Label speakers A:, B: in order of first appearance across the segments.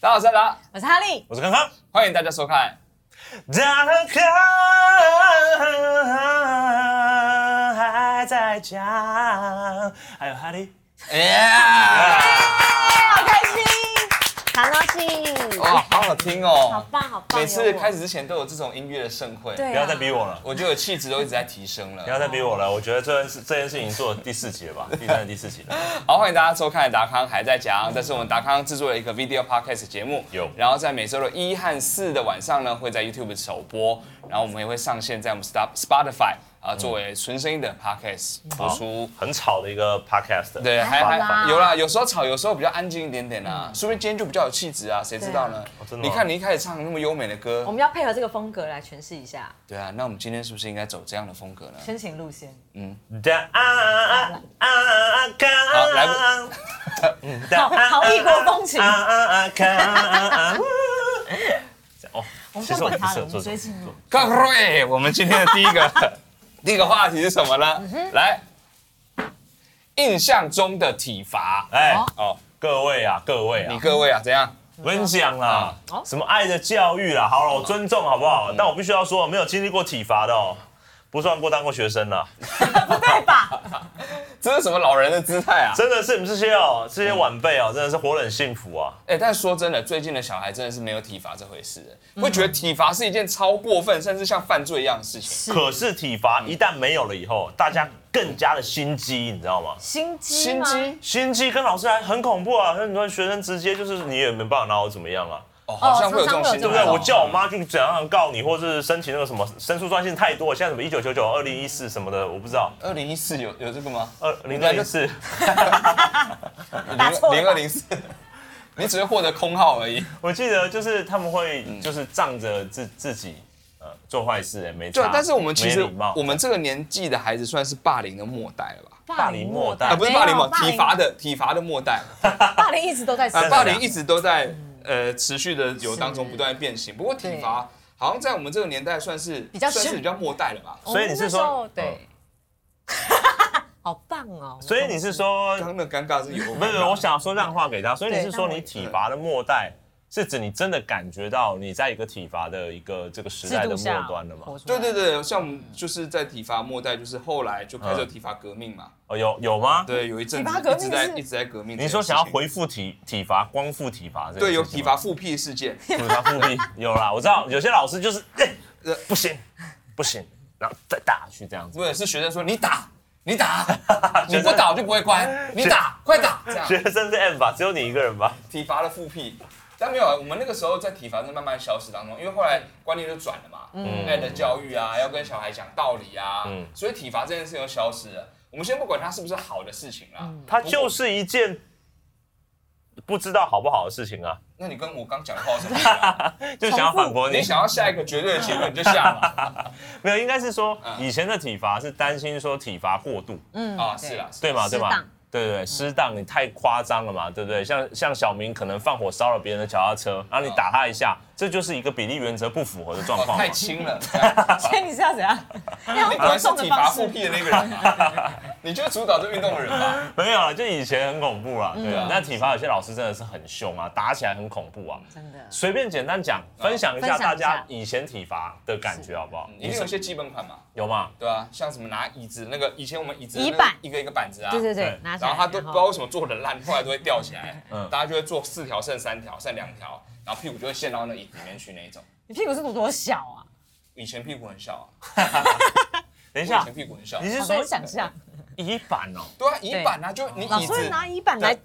A: 大家好，我是阿达，
B: 我是哈利，
C: 我是康康。
A: 欢迎大家收看。
C: 大康还在家，还有哈利。
A: 哎呀，
B: 好开心，好高兴，
A: 哇，好好听
B: 好
A: 哦！
B: 棒好棒！
A: 每次开始之前都有这种音乐的盛会，
B: 对啊
C: 不要再逼我了，
A: 我觉得我气质都一直在提升了
C: 不。要再逼我了。我觉得这件事这件事情做了第四集了吧，第三、第四集了。
A: 好，欢迎大家收看达康还在
B: 嗯
A: 讲，这是我们达康制作的一个 video podcast 节目，
C: 有
A: 然后在每周的一和四的晚上呢，会在 YouTube 首播，然后我们也会上线在我们 Stop Spotify 啊，作为纯声音的 podcast 播出。
C: 很吵的一个 podcast。
A: 对，还
B: 还好
A: 还
B: 啦嗯
A: 有啦，有时候吵，有时候比较安静一点点啦，说不定今天就比较有气质啊，谁知道呢
C: 哦？真的吗
A: 你看你一开始唱那么优美的
B: 我
A: 歌，
B: 们要配合这个风格来诠释一下
A: 对啊，那我们今天是不是应该走这样的风格呢？
B: 深情路线。
C: 大
A: 好来
C: 康，
B: 好好异国风情
C: 康，哦，
B: 我们
C: 其实
B: 不
C: 我
B: 要管
C: 不
B: 他
C: 适
B: 了，我
C: 合
B: 们
C: 做
B: 追
C: 这
B: 进
C: 种。
B: 入。
A: 各位，我们今天的第一 个第一个话题是什么
B: 嗯
A: 呢？来，印象中的体罚。
C: 哎，
A: 哦，
C: 各位啊，各位啊，
A: 你各位啊，怎样？
C: 嗯我跟你讲啦
B: 哦，
C: 什么爱的教育啦，好了，我尊重好不好？但我必须要说，我没有经历过体罚的哦，不算过当过学生啦，
B: 不对吧？
A: 这是什么老人的姿态啊？
C: 真的是你们这些哦，这些晚辈哦，真的是活得很幸福啊。
A: 哎、但说真的，最近的小孩真的是没有体罚这回事，
B: 嗯
A: 会觉得体罚是一件超过分，甚至像犯罪一样的事情。
C: 可是体罚一旦没有了以后，大家更加的心机，你知道吗？
B: 心机
A: 心
B: 吗？
A: 机
C: 心机跟老师还很恐怖啊，很多学生直接就是你也没办法拿我怎么样啊，
A: 哦，好像会有这
B: 常
A: 种
B: 常会有
A: 心态。
B: 这种
C: 对不对？
B: 哦
C: 我叫我妈去怎样告你，或是申请那个什么申诉专线太多了，现在什么一九九九、二零一四什么的，我不知道，
A: 二零一四有有这个吗？
C: 二零二零四，
B: 打错了
A: 零二零四， 你只会获得空号而已。
C: 我记得就是他们会
A: 嗯
C: 就是仗着自自己呃做坏事，哎没
A: 对啊
C: 差，，
A: 但是我们其实
C: 没礼貌
A: 我们这个年纪的孩子算是霸凌的末代了吧？
C: 霸凌末代
A: 啊，不是霸凌嘛，
B: 没有
A: 体罚的体罚的末 代
B: 霸凌一直都在身
A: 啊，
B: 上
A: 霸凌一直都在呃持续的有当中不断地变形。不过体
B: 对
A: 罚好像在我们这个年代算是
B: 比较
A: 算是
B: 凶
A: 比较末代了 吧？
C: 所以你是说
B: 我们那时候对，
A: 嗯
B: 好棒哦。
C: 所以你是说
A: 刚刚的尴尬是有，
C: 不是？我想说让话给他，所以你是
B: 对
C: 说
B: 让
C: 你
B: 我
C: 体罚的末代，是指你真的感觉到你在一个体罚的一个这个时
B: 制
C: 代的
B: 度下
C: 末端了吗？
B: 活 出
A: 对
B: 来
A: 对对，像我们就是在体罚末代，就是后来就开始有
C: 嗯
A: 体罚革命嘛。
C: 哦，有有吗？
A: 对，有一阵子
B: 体罚革
A: 一
B: 命
A: 直在
B: 是
A: 一直在革命这件事情。
C: 你说想要回复体体罚，光复体罚这个
A: 对有
C: 事情
A: 体
C: 吗
A: 罚复辟事件，
C: 体罚 复辟有啦，我知道有些老师就是哎
A: 呃
C: 不行不行，然后再打下去这样子。
A: 不是是学生说你打 你打，你不打我就不会乖，你打快打这样。
C: 学生是 M 吧，只有你一个人吧？
A: 体罚的复辟。但没有啊，我们那个时候在体罚是慢慢消失当中，因为后来观念就转了嘛，爱的教育啊，要跟小孩讲道理啊，
C: 嗯
A: 所以体罚这件事又消失了。我们先不管它是不是好的事情啦，
C: 它就是一件不知道好不好的事情啊，
A: 那你跟我刚讲的话有什么不一样？
C: 就想要反驳你
A: 你。想要下一个绝对的结论你就下嘛。
C: 没有，应该是说以前的体罚是担心说体罚过度，
B: 嗯
A: 啊，是啦，，是啦
C: 对吗？
B: 适
C: 对
B: 当
C: 吗？对对，适当你太夸张了嘛，对不对？像像小明可能放火烧了别人的脚踏车，然后你打他一下，这就是一个比例原则不符合的状
A: 哦，
C: 况嘛
A: 太。轻了，这样
B: 所以你是要怎样？ 要
A: 你
B: 用
A: 果
B: 放
A: 然是
B: 送的
A: 体罚
B: 方
A: 复
B: 式。
A: 辟的那个人嘛，你就是主导这运动的人嘛。
C: 没有啊了，就以前很恐怖啦，对
A: 嗯。
C: 啊那体罚有些老师真的是很凶啊，打起来很恐怖啊。
B: 真的
C: 随便简单讲，分享一
B: 分
C: 下
B: 享
C: 大
B: 一下
C: 家以前体罚的感觉好不好？
A: 一定嗯有一些基本款嘛，
C: 有吗？
A: 对啊，像什么拿椅子那个，以前我们椅子的
B: 椅
A: 那个
B: 板
A: 一个一个板子啊，
B: 对对
C: 对
B: 对，拿
A: 然
B: 起来。
A: 后他都不知道为什么做的烂，后来都会吊起来，
C: 嗯
A: 大家就会做四条剩三条，剩两条，然后屁股就会陷到那椅子里面去那一种。
B: 你屁股是多多小啊？
A: 以前屁股很小啊，
C: 等一
A: 我以
C: 下
A: 前，屁股很小
C: 你，是
B: 好
C: 说
B: 难想象，
C: 椅板哦？
A: 对啊，椅板啊，就你
B: 老
A: 椅
B: 师会
A: 子，
B: 拿椅板来
A: 对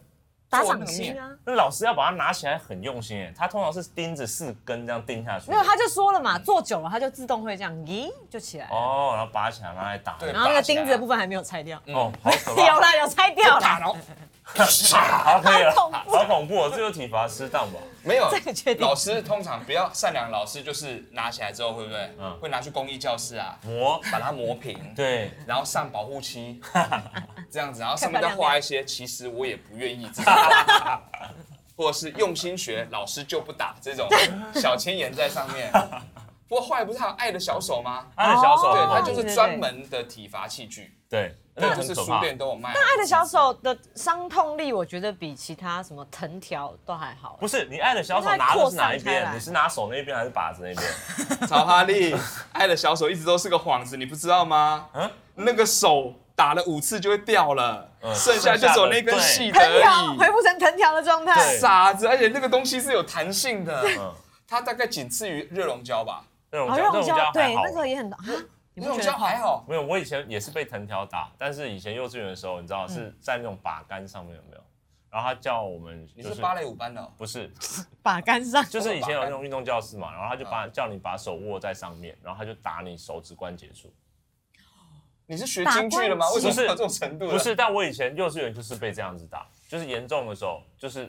B: 打掌心啊。
C: 那老师要把它拿起来很用心哎，他通常是钉子四根这样钉下去。
B: 没有，他就说了嘛，坐久了他就自动会这样，咦，就起来了。
C: 哦，然后拔起来拿来打。
A: 对嗯
B: 然后那个钉子的部分还没有拆掉，
C: 哦，好可怕。
B: 有啦，有拆掉
A: 打
B: 啦。
A: 然后
C: 好，可以了，
B: 好恐怖
C: 好恐怖哦！这就体罚适当吧？
A: 没有
B: 这个确定
A: 老师通常比较善良，的老师就是拿起来之后会不会，
C: 嗯
A: 会拿去公益教室啊，
C: 磨，
A: 把它磨平，
C: 对，
A: 然后上保护漆，这样子，然后上面再画一些，其实我也不愿意自己，或者是用心学，老师就不打这种小千言在上面。不过后来不是还有爱的小手吗？
C: 他的小手
A: 对，
B: 哦
A: 它
C: 很
A: 就
C: 恐怖，
A: 是专门的体罚器具。
C: 对，那
A: 就
C: 很
A: 是
C: 可
A: 书
C: 怕。
A: 店都有卖。
B: 爱的小手的伤痛力，我觉得比其他什么藤条都还好。
C: 不是你爱的小手拿的是哪
B: 因
C: 一
B: 为它扩散开
C: 边？
B: 来
C: 你是拿手那边还是把子那边？
A: 曹哈利，爱的小手一直都是个幌子，你不知道吗？
C: 嗯
A: 那个手打了五次就会掉了，
C: 嗯
A: 剩下就走那根细的
B: 藤条
A: 而
B: 恢
A: 已。
B: 复成藤条的状态
C: 对，
A: 傻子，而且那个东西是有弹性的，
C: 嗯，
A: 它大概仅次于热熔胶吧。
C: 那种
B: 好
C: 胶，那
B: 像
C: 种胶还
B: 对
C: 好
B: 那。个也很啊，你
A: 热熔
B: 不觉
A: 胶
B: 得？
A: 还好，
C: 没有，我以前也是被藤条打，但是以前幼稚园的时候，你知道是在那种把杆上面有没有？然后他叫我们
A: 你
C: 就是
A: 芭蕾舞班的哦，
C: 不是，
B: 把杆上
C: 就是以前有那种运动教室嘛，然后他就
A: 嗯
C: 把叫你把手握在上面，然后他就打你手指关节处。
A: 你是学京剧的吗？
B: 打
A: 为
B: 关
A: 什么
B: 节
A: 会有这种程度？
C: 不，是，但我以前幼稚园就是被这样子打，就是严重的时候就是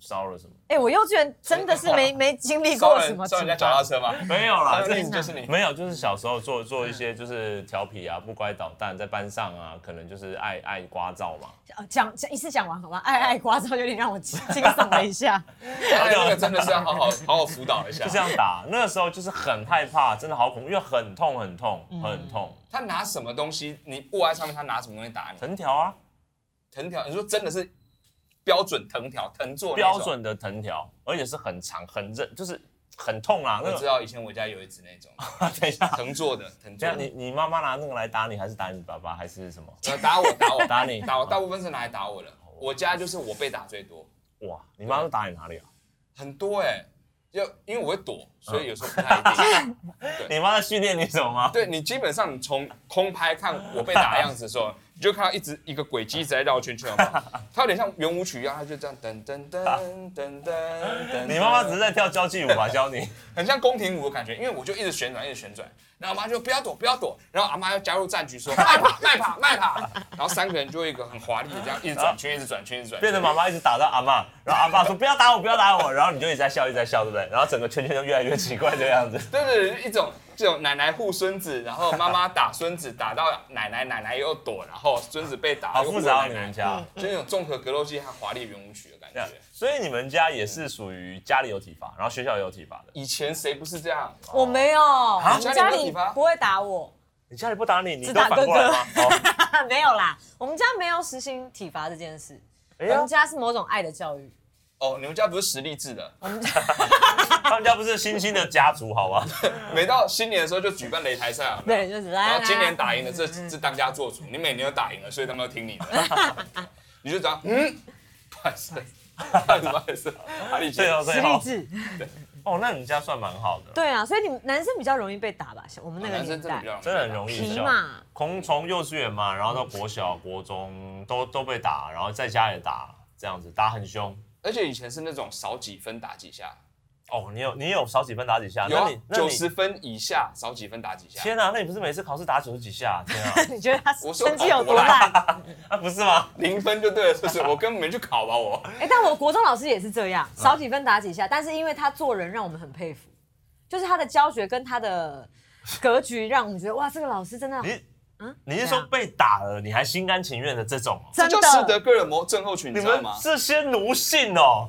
C: 烧了 什么，
B: 哎、我幼稚园真的是没没经历
A: 烧
B: 过什么
A: 人烧人家脚踏车 吗？
C: 没有啦，
A: 烧
C: 这
A: 人你就是你，
C: 没有，就是小时候做做一些就是调皮啊、不乖捣蛋，在班上
A: 嗯
C: 啊，可能就是爱爱刮噪嘛。
B: 呃讲讲一次讲完好吗？爱爱刮之后有点让我惊惊悚了一下。
A: 哎那个真的是要好好好好辅导一下
C: 就。这样打。那个时候就是很害怕，真的好恐怖，因为很痛很痛
A: 嗯
C: 很痛，
A: 他拿什么东西？你握在上面，他拿什么东西打你？
C: 藤条啊，
A: 藤条？你说真的是标准藤条，藤做那
C: 标
A: 种
C: 准的藤条，而且是很长很韧，就是很痛啊。那
A: 我知
C: 个，
A: 道以前我家有一只那种
C: 等一下，
A: 藤做的，藤
C: 等
A: 做
C: 一下，
A: 的
C: 你，你妈妈拿那个来打你，还是打你爸爸，还是什么？
A: 呃打我打我
B: 哎
C: 打你
A: 打我，大部分是拿来打我的。我家就是我被打最多，
C: 哇，你妈都打你哪里啊？
A: 很多哎，就因为我会躲，
C: 嗯
A: 所以有时候不太一定。
C: 你妈在训练你什么吗？
A: 对你基本上你从空拍看我被打的样子的时 候，你就看到一直一个轨迹一直在绕圈圈，有没有它有点像圆舞曲一样，它就这样噔噔噔噔噔噔。
C: 你妈妈只是在跳交际舞吧，教你。
A: 很像宫廷舞的感觉，因为我就一直旋转，一直旋转，然后我妈就不要躲，不要躲，然后阿妈要加入战局说卖跑，卖跑，卖跑，然后三个人就一个很华丽的这样一直转圈，一直转圈，一直转圈
C: 变。得妈妈一直打到阿妈，然后阿爸说不要打我，不要打我，然后你就一直在笑，一直在笑，对不对？然后整个圈圈就越来越奇怪这 样子。
A: 对对对，一种这种奶奶护孙子，然后妈妈打孙子，打到奶奶，奶奶又躲，然后孙子被打，
C: 好
A: 又护奶
C: 复杂哦，
A: 奶
C: 你们家。
A: 就是那种综合格斗技和华丽圆舞曲的感
C: 这样
B: 嗯
A: 觉。
C: 所以你们家也是属于家里有体罚，然后学校也有体罚
B: 嗯
C: 的。
A: 以前谁不是这样？
B: 我没有，我
A: 家里
B: 啊家
A: 没有体
B: 里
A: 罚
B: 不会打我，
C: 你家里不打你，你
B: 只
C: 都
B: 打
C: 反
B: 哥
C: 过来
B: 哥
C: 吗？哦，
B: 没有啦，我们家没有实行体罚这件事。
C: 哎
B: 我
C: 呀
B: 们，家是某种爱的教育，
A: 哦，你们家不是实力制 的，
C: 他们家不是新兴的家族，好吧？
A: 每到新年的时候就举办擂台赛， 有没有
C: 啊
B: 对，就是来。
A: 然后哦
B: 来
A: 今年
B: 来
A: 打赢了，
C: 嗯
A: 这这当家做主，你每年都打赢了，所以他们都听你的。 你就讲，嗯， 不好意思，不好意思，不好意思，阿丽姐
C: 对，哦，对
B: 实力
C: 哦。
B: 制，
C: 哦，那你们家算蛮好的，
B: 对啊，所以你们男生比较容易被打吧？像我们那个
A: 男生
B: 年
A: 真的
B: 代
A: 比，较
C: 真的很容易
B: 皮
C: 笑
B: 嘛。
C: 从从幼稚园
A: 嗯
C: 嘛，然后到国小、国中都都被打，然后在家也打，这样子打很凶。
A: 而且以前是那种少几分打几下，
C: 哦，你有你有少几分打几下？
A: 有
C: 那
A: 啊
C: 你，那
A: 九
C: 你
A: 十分以下少几分打几下。
C: 天哪、那你不是每次考试打九十几下？天 啊，
B: 你觉得他
A: 我是有
B: 成绩有
A: 考
B: 多
A: 过啦
B: 烂？
C: 啊不是吗？
A: 零分就对了，是 不是？我根本没去考吧，我。
B: 哎、但我国中老师也是这
A: 嗯
B: 样，少几分打几下。但是因为他做人让我们很佩服，就是他的教学跟他的格局让我们觉得哇，这个老师真
A: 哎
B: 的
C: 你
B: 嗯，
C: 你是说被打了，你还心甘情愿的这种、哦？
A: 这
B: 真
A: 就斯
B: 的
A: 德哥尔摩症候群，你
C: 你
A: 知道
C: 们
A: 吗？
C: 这些奴性哦，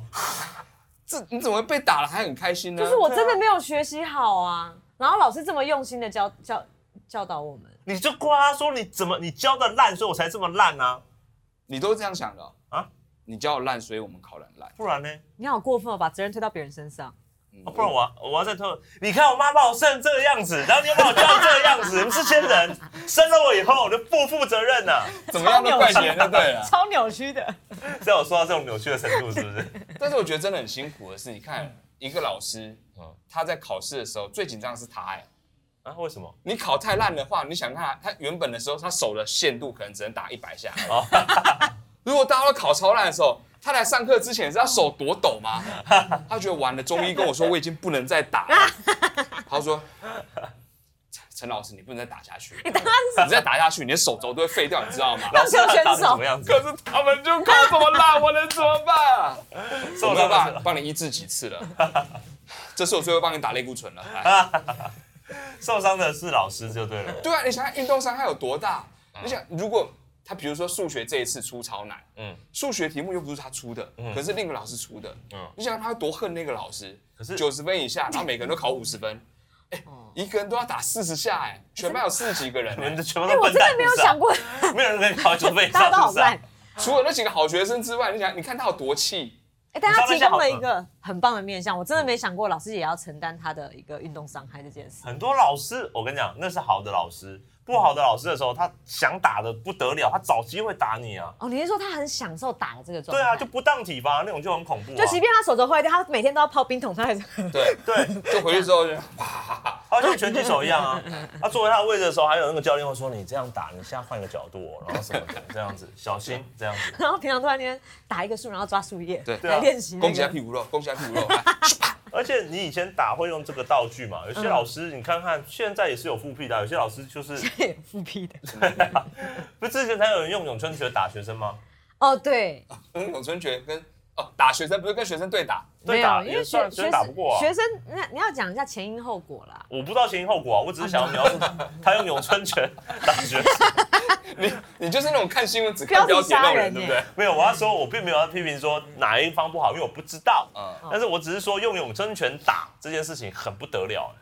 A: 这你怎么会被打了还很开心呢？
B: 就是我真的没有学习好啊。然后老师这么用心的教教教导我们，
C: 你就夸他说你怎么你教的烂，所以我才这么烂啊？
A: 你都是这样想的哦
C: 啊？
A: 你教我烂，所以我们考得很烂。
C: 不然呢？
B: 你好过分哦，把责任推到别人身上。
A: 嗯
C: 哦、不然我要我要再偷。你看我妈把我生这个样子，然后你又把我教成这个样子，你们这些人生了我以后我就不负责任了、
A: 嗯怎么样都怪别人就对啊了。
B: 超扭曲的。
C: 所以我说到这种扭曲的程度，是不是？
A: 但是我觉得真的很辛苦的是，你看一个老师
C: 嗯，
A: 他在考试的时候最紧张的是他哎、
C: 啊，为什么？
A: 你考太烂的话，你想看他他原本的时候，他手的限度可能只能打一百下。
C: 哦
A: 如果大家都考超烂的时候，他来上课之前，你知道手多抖吗？他觉得完了，中医跟我说我已经不能再打了。 他说：“陈陈老师，你不能再打下去，你
B: 当然
A: 再打下去，你的手肘都会废掉，你知道吗？”
C: 老师
B: 选
C: 打成
B: 手
C: 什么样子
A: 可？是他们就考这么烂，我能怎么办？我
C: 受
A: 没有
C: 伤
A: 办法
C: 了，
A: 帮你医治几次了，这是我最后帮你打类固醇了。哎
C: 受伤的是老师就对了。
A: 对啊，你想想运动伤害有多大？你想，如果他比如说数学这一次出超难，
C: 嗯，
A: 数学题目又不是他出的，可是另一个老师出的，
C: 嗯
A: 你想他多恨那个老师？
C: 可是
A: 九十分以下，然后每个人都考五十分，哎一个人都要打四十下，哎，全班有四十几个人
C: 你，们
A: 哎
C: 都全部
B: 哎，
C: 都
B: 我
C: 笨
B: 真的
C: 蛋，
B: 没有想过，
C: 过，没有人在考九分以
B: 大家都好
C: 上是不是啊
B: 烂。。
A: 除了那几个好学生之外，你想，你看他有多气，
B: 哎，但他
C: 你
B: 提
C: 知道
B: 供
C: 那
B: 了
C: 些好嗯
B: 一个很棒的面向，我真的没想过老师也要承担他的一个运动伤害这件事。
C: 很多老师，我跟你讲，那是好的老师，不好的老师的时候，他想打的不得了，他找机会打你啊。
B: 哦，你是说他很享受打的这个状
C: 对
B: 态？
C: 啊，就不当体罚那种就很恐怖、啊。
B: 就即便他手肘坏掉，他每天都要泡冰桶，他还是
A: 对，
C: 嗯 对，
A: 就回去之后就，
C: 他像拳击手一样啊。他坐在他的位置的时候，还有那个教练会说：“你这样打，你现在换个角度、哦，然后什么的，这样子，小心这样子。
B: 然后平常都在那边打一个树，然后抓树叶，
A: 对
C: 对啊
B: 来练习那个。
A: 攻击他屁股肉，攻击他屁股肉， 哎”
C: 而且你以前打会用这个道具嘛？有些老师你看看，现在也是有复辟的啊，有些老师就是
B: 对， 复辟的。
C: 不是之前才有人用咏春拳打学生吗？
B: 哦，对，
A: 跟咏嗯春拳跟哦打学生不是跟学生对打，
C: 对
B: 没
C: 打
B: 有，
C: 也
B: 因为
C: 算
B: 学
C: 学生打不过啊
B: 学生，那你要讲一下前因后果啦。
C: 我不知道前因后果啊，我只是想要描述他用咏春拳打学生。
A: 你你就是那种看新闻只看标
B: 标
A: 题
B: 题
A: 那
B: 杀
A: 种人，
B: 人
A: 欸对不对？
C: 没有，我要说，我并没有要批评说哪一方不好，因为我不知道。
A: 嗯，
C: 但是我只是说用咏春拳打这件事情很不得了、哎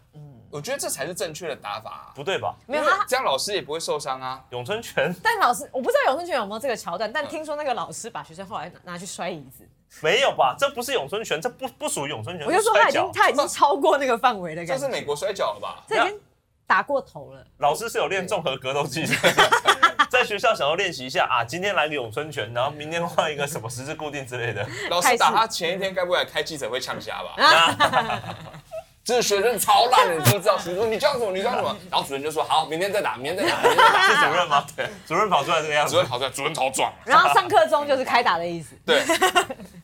A: 我觉得这才是正确的打法啊，
C: 不对吧？
B: 没有
A: 因为
B: 他，
A: 这样老师也不会受伤啊。
C: 咏春拳
B: 但老师我不知道咏春拳有没有这个桥段，但听说那个老师把学生后来拿拿去摔椅子，
C: 没有吧？这不是咏春拳，这不不属于咏春拳。
B: 我就说
C: 是
B: 他
C: 摔
B: 已
C: 跤
B: 经他已经超过那个范围的
A: 这
B: 感
A: 是
B: 觉，
A: 美国摔跤了吧？
B: 这已经打过头了。
C: 老师是有练综合格 斗技的， 在学校想要练习一下啊，今天来个咏春拳，然后明天换一个什么十字固定之类 的。
A: 老师
B: 太
A: 打
B: 是
A: 他前一天，该不会还开记者会呛瞎吧？
B: 啊
A: 这学生超烂的，你知不知道？主任，你叫什么？你叫什么？然后主任就说：“好，明天再打，明天再打。明天再打
C: 是主任吗？
B: 啊
C: 对，主任跑出来这个样”
A: 主
C: 子
A: 任。好帅，主任超壮。
B: 然后上课中就是开打的意思，
A: 对，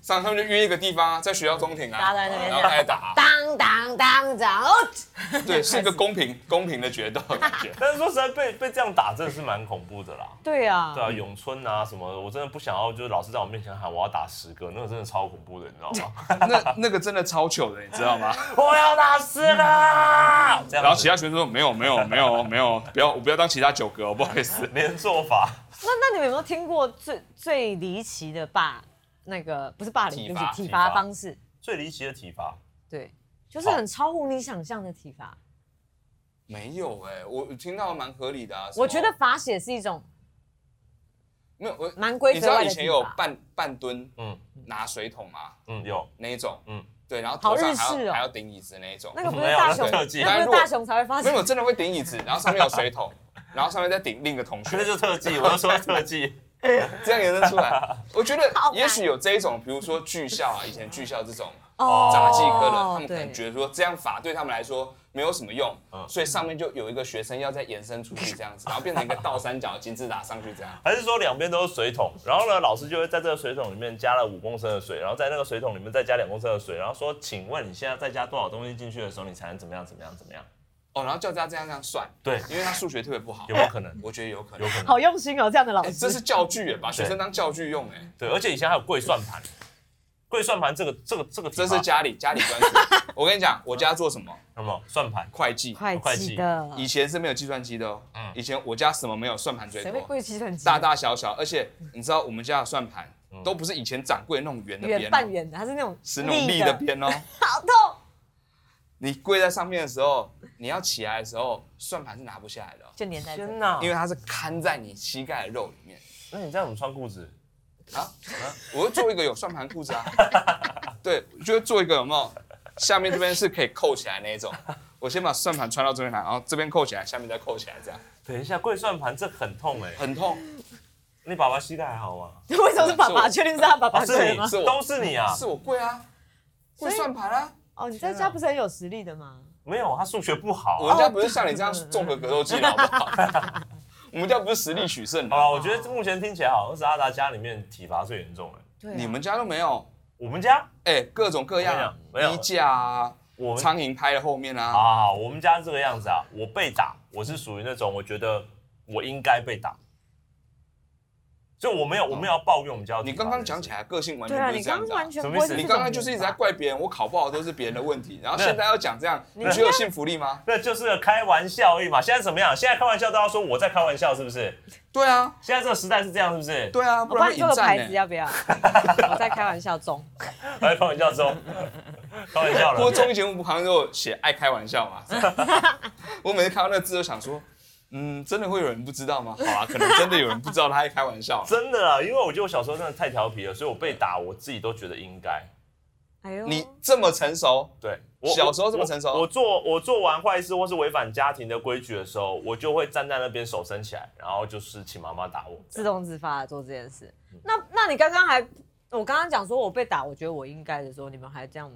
A: 上他们就约一个地方啊，在学校中庭啊，
B: 大家在那边
A: 然后开始打。
B: 当当当当，哦
A: 对，是一个公平公平的决斗的感觉。
C: 但是说实在，被被这样打真的是蛮恐怖的啦。
B: 对啊
C: 对，啊，咏春啊什么的，我真的不想要，就是老师在我面前喊我要打十个，那个真的超恐怖的，你知道吗？
A: 那那个真的超糗的，你知道吗？
C: 我要打十个，
B: 嗯
C: 这
A: 然
C: 样
A: 后其
C: 子
A: 他学生说：“没有，没有，没有，没有，不要，我不要当其他九哥，不好意思。
C: 连做法。
B: 那那你们有没有听过最最离奇的霸那个不是霸凌，
A: 体
B: 就是
A: 罚
B: 体
C: 体
B: 罚
C: 罚
B: 方式？
C: 最离奇的体罚，
B: 对，就是很超乎你想象的体罚。”
A: 没有哎，我听到蛮合理的啊。什么
B: 我觉得罚写是一种
A: 没有，我
B: 蛮规
A: 你
B: 则
A: 知道
B: 外
A: 以
B: 的
A: 前
B: 体
A: 有
B: 罚。
A: 半半蹲
C: 嗯
A: 拿水桶吗？
C: 嗯，有
A: 那一种，
C: 嗯
A: 嗯，对，然后
B: 好
A: 头上
B: 日
A: 还
B: 式
A: 要
B: 哦
A: 还要顶椅子那一种，
B: 那个不
C: 没
B: 是
C: 有
B: 大
C: 那
B: 熊，
C: 个特技
B: 那不是大熊才会发
A: 没
B: 生。
A: 有真的会顶椅子，然后上面有水桶， 然后上面再顶另一个同
C: 那
A: 学，
C: 就特技，我就说特技。
A: 这样延伸出 来。我觉得
B: 好难
A: 也许有这一种，比如说剧校啊，以前剧校这种
B: 哦
A: 杂技科的，他们可
B: 对
A: 能觉得说这样法对他们来说没有什么用
C: 嗯，
A: 所以上面就有一个学生要再延伸出去这样子，然后变成一个倒三角金字塔上去这样。
C: 还是说两边都是水桶，然后呢，老师就会在这个水桶里面加了五公升的水，然后在那个水桶里面再加两公升的水，然后说，请问你现在再加多少东西进去的时候，你才能怎么样怎么样怎么样？
A: 哦，然后叫大家这样这样算，
C: 对
A: 因为他数学特别不好
C: 有，没有可能？
A: 我觉得有可
C: 有
A: 能。
C: 可能。
B: 好用心哦，这样的老
A: 哎
B: 师。
A: 这是教具耶，把学生当教具用哎，
C: 对，而且以前还有跪算盘，跪算盘这个这个这个体
A: 这
C: 罚，
A: 是家里家里关 系。我跟你讲，我家做什么？
C: 什么算盘？
A: 会计。
B: 会计的，
A: 以前是没有计算机的哦。以前我家什么没有，算盘最
B: 谁会
A: 多，
B: 会计算机？
A: 大大小小。而且你知道我们家的算盘都不是以前掌柜那种圆的边
B: 嗯圆半
A: 哦，
B: 圆的，它是那种
A: 是那种立
B: 立
A: 的，边哦。
B: 好痛，
A: 你跪在上面的时候，你要起来的时候，算盘是拿不下来的哦，
B: 就粘在这。
C: 天哪！
A: 因为它是看在你膝盖的肉里面。
C: 那你这样怎么穿裤子？
A: 啊，我就做一个有算盘裤子 啊，对，就会做一个有没有？下面这边是可以扣起来那一种，我先把算盘穿到这边来，然后这边扣起来，下面再扣起来，这样
C: 等一下，跪算盘这很痛哎、
A: 很痛。
C: 你爸爸膝盖还好吗？
B: 为什么啊哦是爸
A: 是我
B: 爸？确定是他爸
C: 啊，
B: 爸
C: 是
B: 对
C: 你，
B: 吗？
A: 是我
C: 都是你啊？
A: 是我贵啊，会算盘啊，
B: 哦，你在家不是很有实力的吗？
C: 没有，他数学不好、
A: 我
C: 啊
A: 们。家不是像你这样综合格斗技的好不
C: 哦
A: 好？ 我们家不是实力取胜
C: 好
A: 的，
C: 了，我觉得目前听起来好像是阿达家里面体罚最严重哎、
B: 对啊，
A: 你们家都没有，
C: 我们家，
A: 哎，各种各样，
C: 没有没有
A: 衣架啊，
C: 我们
A: 苍蝇拍的后面啊，
C: 啊，我们家是这个样子啊，我被打，我是属于那种我觉得我应该被打，所以我没有我没有要抱怨我们家的体
A: 哦你
C: 罚
A: 刚
C: 这件事。
A: 刚讲起来个性完
B: 对
A: 全
B: 啊，
A: 不是这样
B: 你刚刚
A: 子啊
B: 完。全
C: 什
B: 不
C: 么
B: 会是
C: 意
B: 这种
C: 思
A: 你
B: 人吧
A: 刚刚就是一直在怪别人，我考不好都是别人的问题，然后现在要讲这样，你
B: 那
A: 觉得有信服力吗？
C: 那就是个开玩笑而已嘛。现在怎么样？现在开玩笑都要说我在开玩笑，是不是？
A: 对啊，
C: 现在这个时代是这样，是不是？
A: 对啊，
B: 我
A: 不然
B: 帮
A: 会
B: 你
A: 引
B: 做个
A: 战
B: 牌子
A: 呢、
C: 哎
B: 要不要？我在开玩笑中。
C: 来开玩笑中，开玩笑
A: 不过
C: 了。
A: 综艺节目旁边都有写爱开玩笑嘛。 我每次看到那个字都想说，嗯，真的会有人不知道吗？好啊，可能真的有人不知道他在开玩 笑。
C: 真的啊，因为我觉得我小时候真的太调皮了，所以我被打我自己都觉得应该。
B: 哎呦，
A: 你这么成熟，
C: 对，我
A: 小时候这么成熟
C: 我我做我做完坏事或是违反家庭的规矩的时候，我就会站在那边手伸起来，然后就是请妈妈打我。
B: 自动自发的做这件事。那那你刚刚还，我刚刚讲说我被打，我觉得我应该的时候，你们还这样，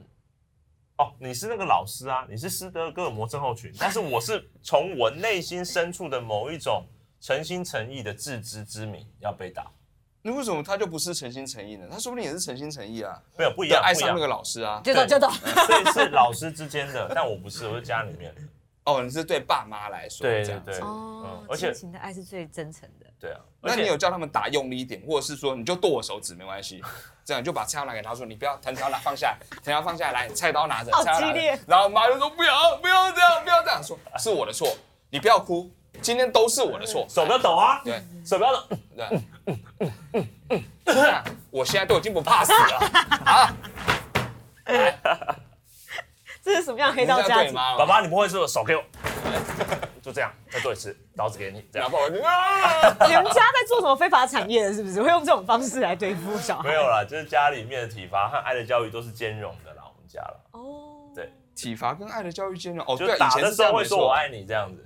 C: 哦，你是那个老师啊，你是斯德哥尔摩症候群，但是我是从我内心深处的某一种诚心诚意的自知之明要被打，
A: 那为什么他就不是诚心诚意呢？他说不定也是诚心诚意啊，
C: 没有不一
A: 就
C: 样，
A: 爱
C: 不一
A: 上那
C: 样。
A: 个老师啊。
B: 就懂
C: 对
B: 就懂。
C: 所以是老师之间的，但我不是，我是家里面。
A: 哦，你是对爸妈来说
C: 对
A: 这
C: 对
A: 样子
C: 对，
B: 哦
C: 嗯，，而且
B: 亲情的爱是最真诚的。
C: 对啊，而
A: 那
C: 且
A: 你有叫他们打用力一点，或者是说你就剁我手指没关系，这样你就把菜刀拿给他说，你不要藤条拿放下来，藤条放下来，菜刀拿着，
B: 好
A: 菜刀拿
B: 激烈
A: 着，然后妈就说不要不要这样不要这样，说是我的错，你不要哭，今天都是我的错，
C: 手不要抖啊，
A: 对
C: 手不要抖，
A: 对，那我现在都已经不怕死了，
B: 这是什么样的黑
A: 你这
B: 道
A: 样
B: 家
A: 对
B: 庭？
A: 妈
C: 爸
A: 妈，
C: 爸你不会是手给我， 就这样，再做一次，刀子给你，这
A: 然
C: 样。
A: 后我就啊，
B: 你们家在做什么非法产业？是不是会用这种方式来对付小
C: 没
B: 孩？
C: 有啦，就是家里面的体罚和爱的教育都是兼容的啦，我们家了。
B: 哦，
C: 对，
A: 体罚跟爱的教育兼容，哦
C: 就
A: 对，以
C: 打
A: 前
C: 的
A: 是
C: 时
A: 这
C: 候
A: 样
C: 会
A: 没
C: 说我
A: 错，
C: 爱你这样子，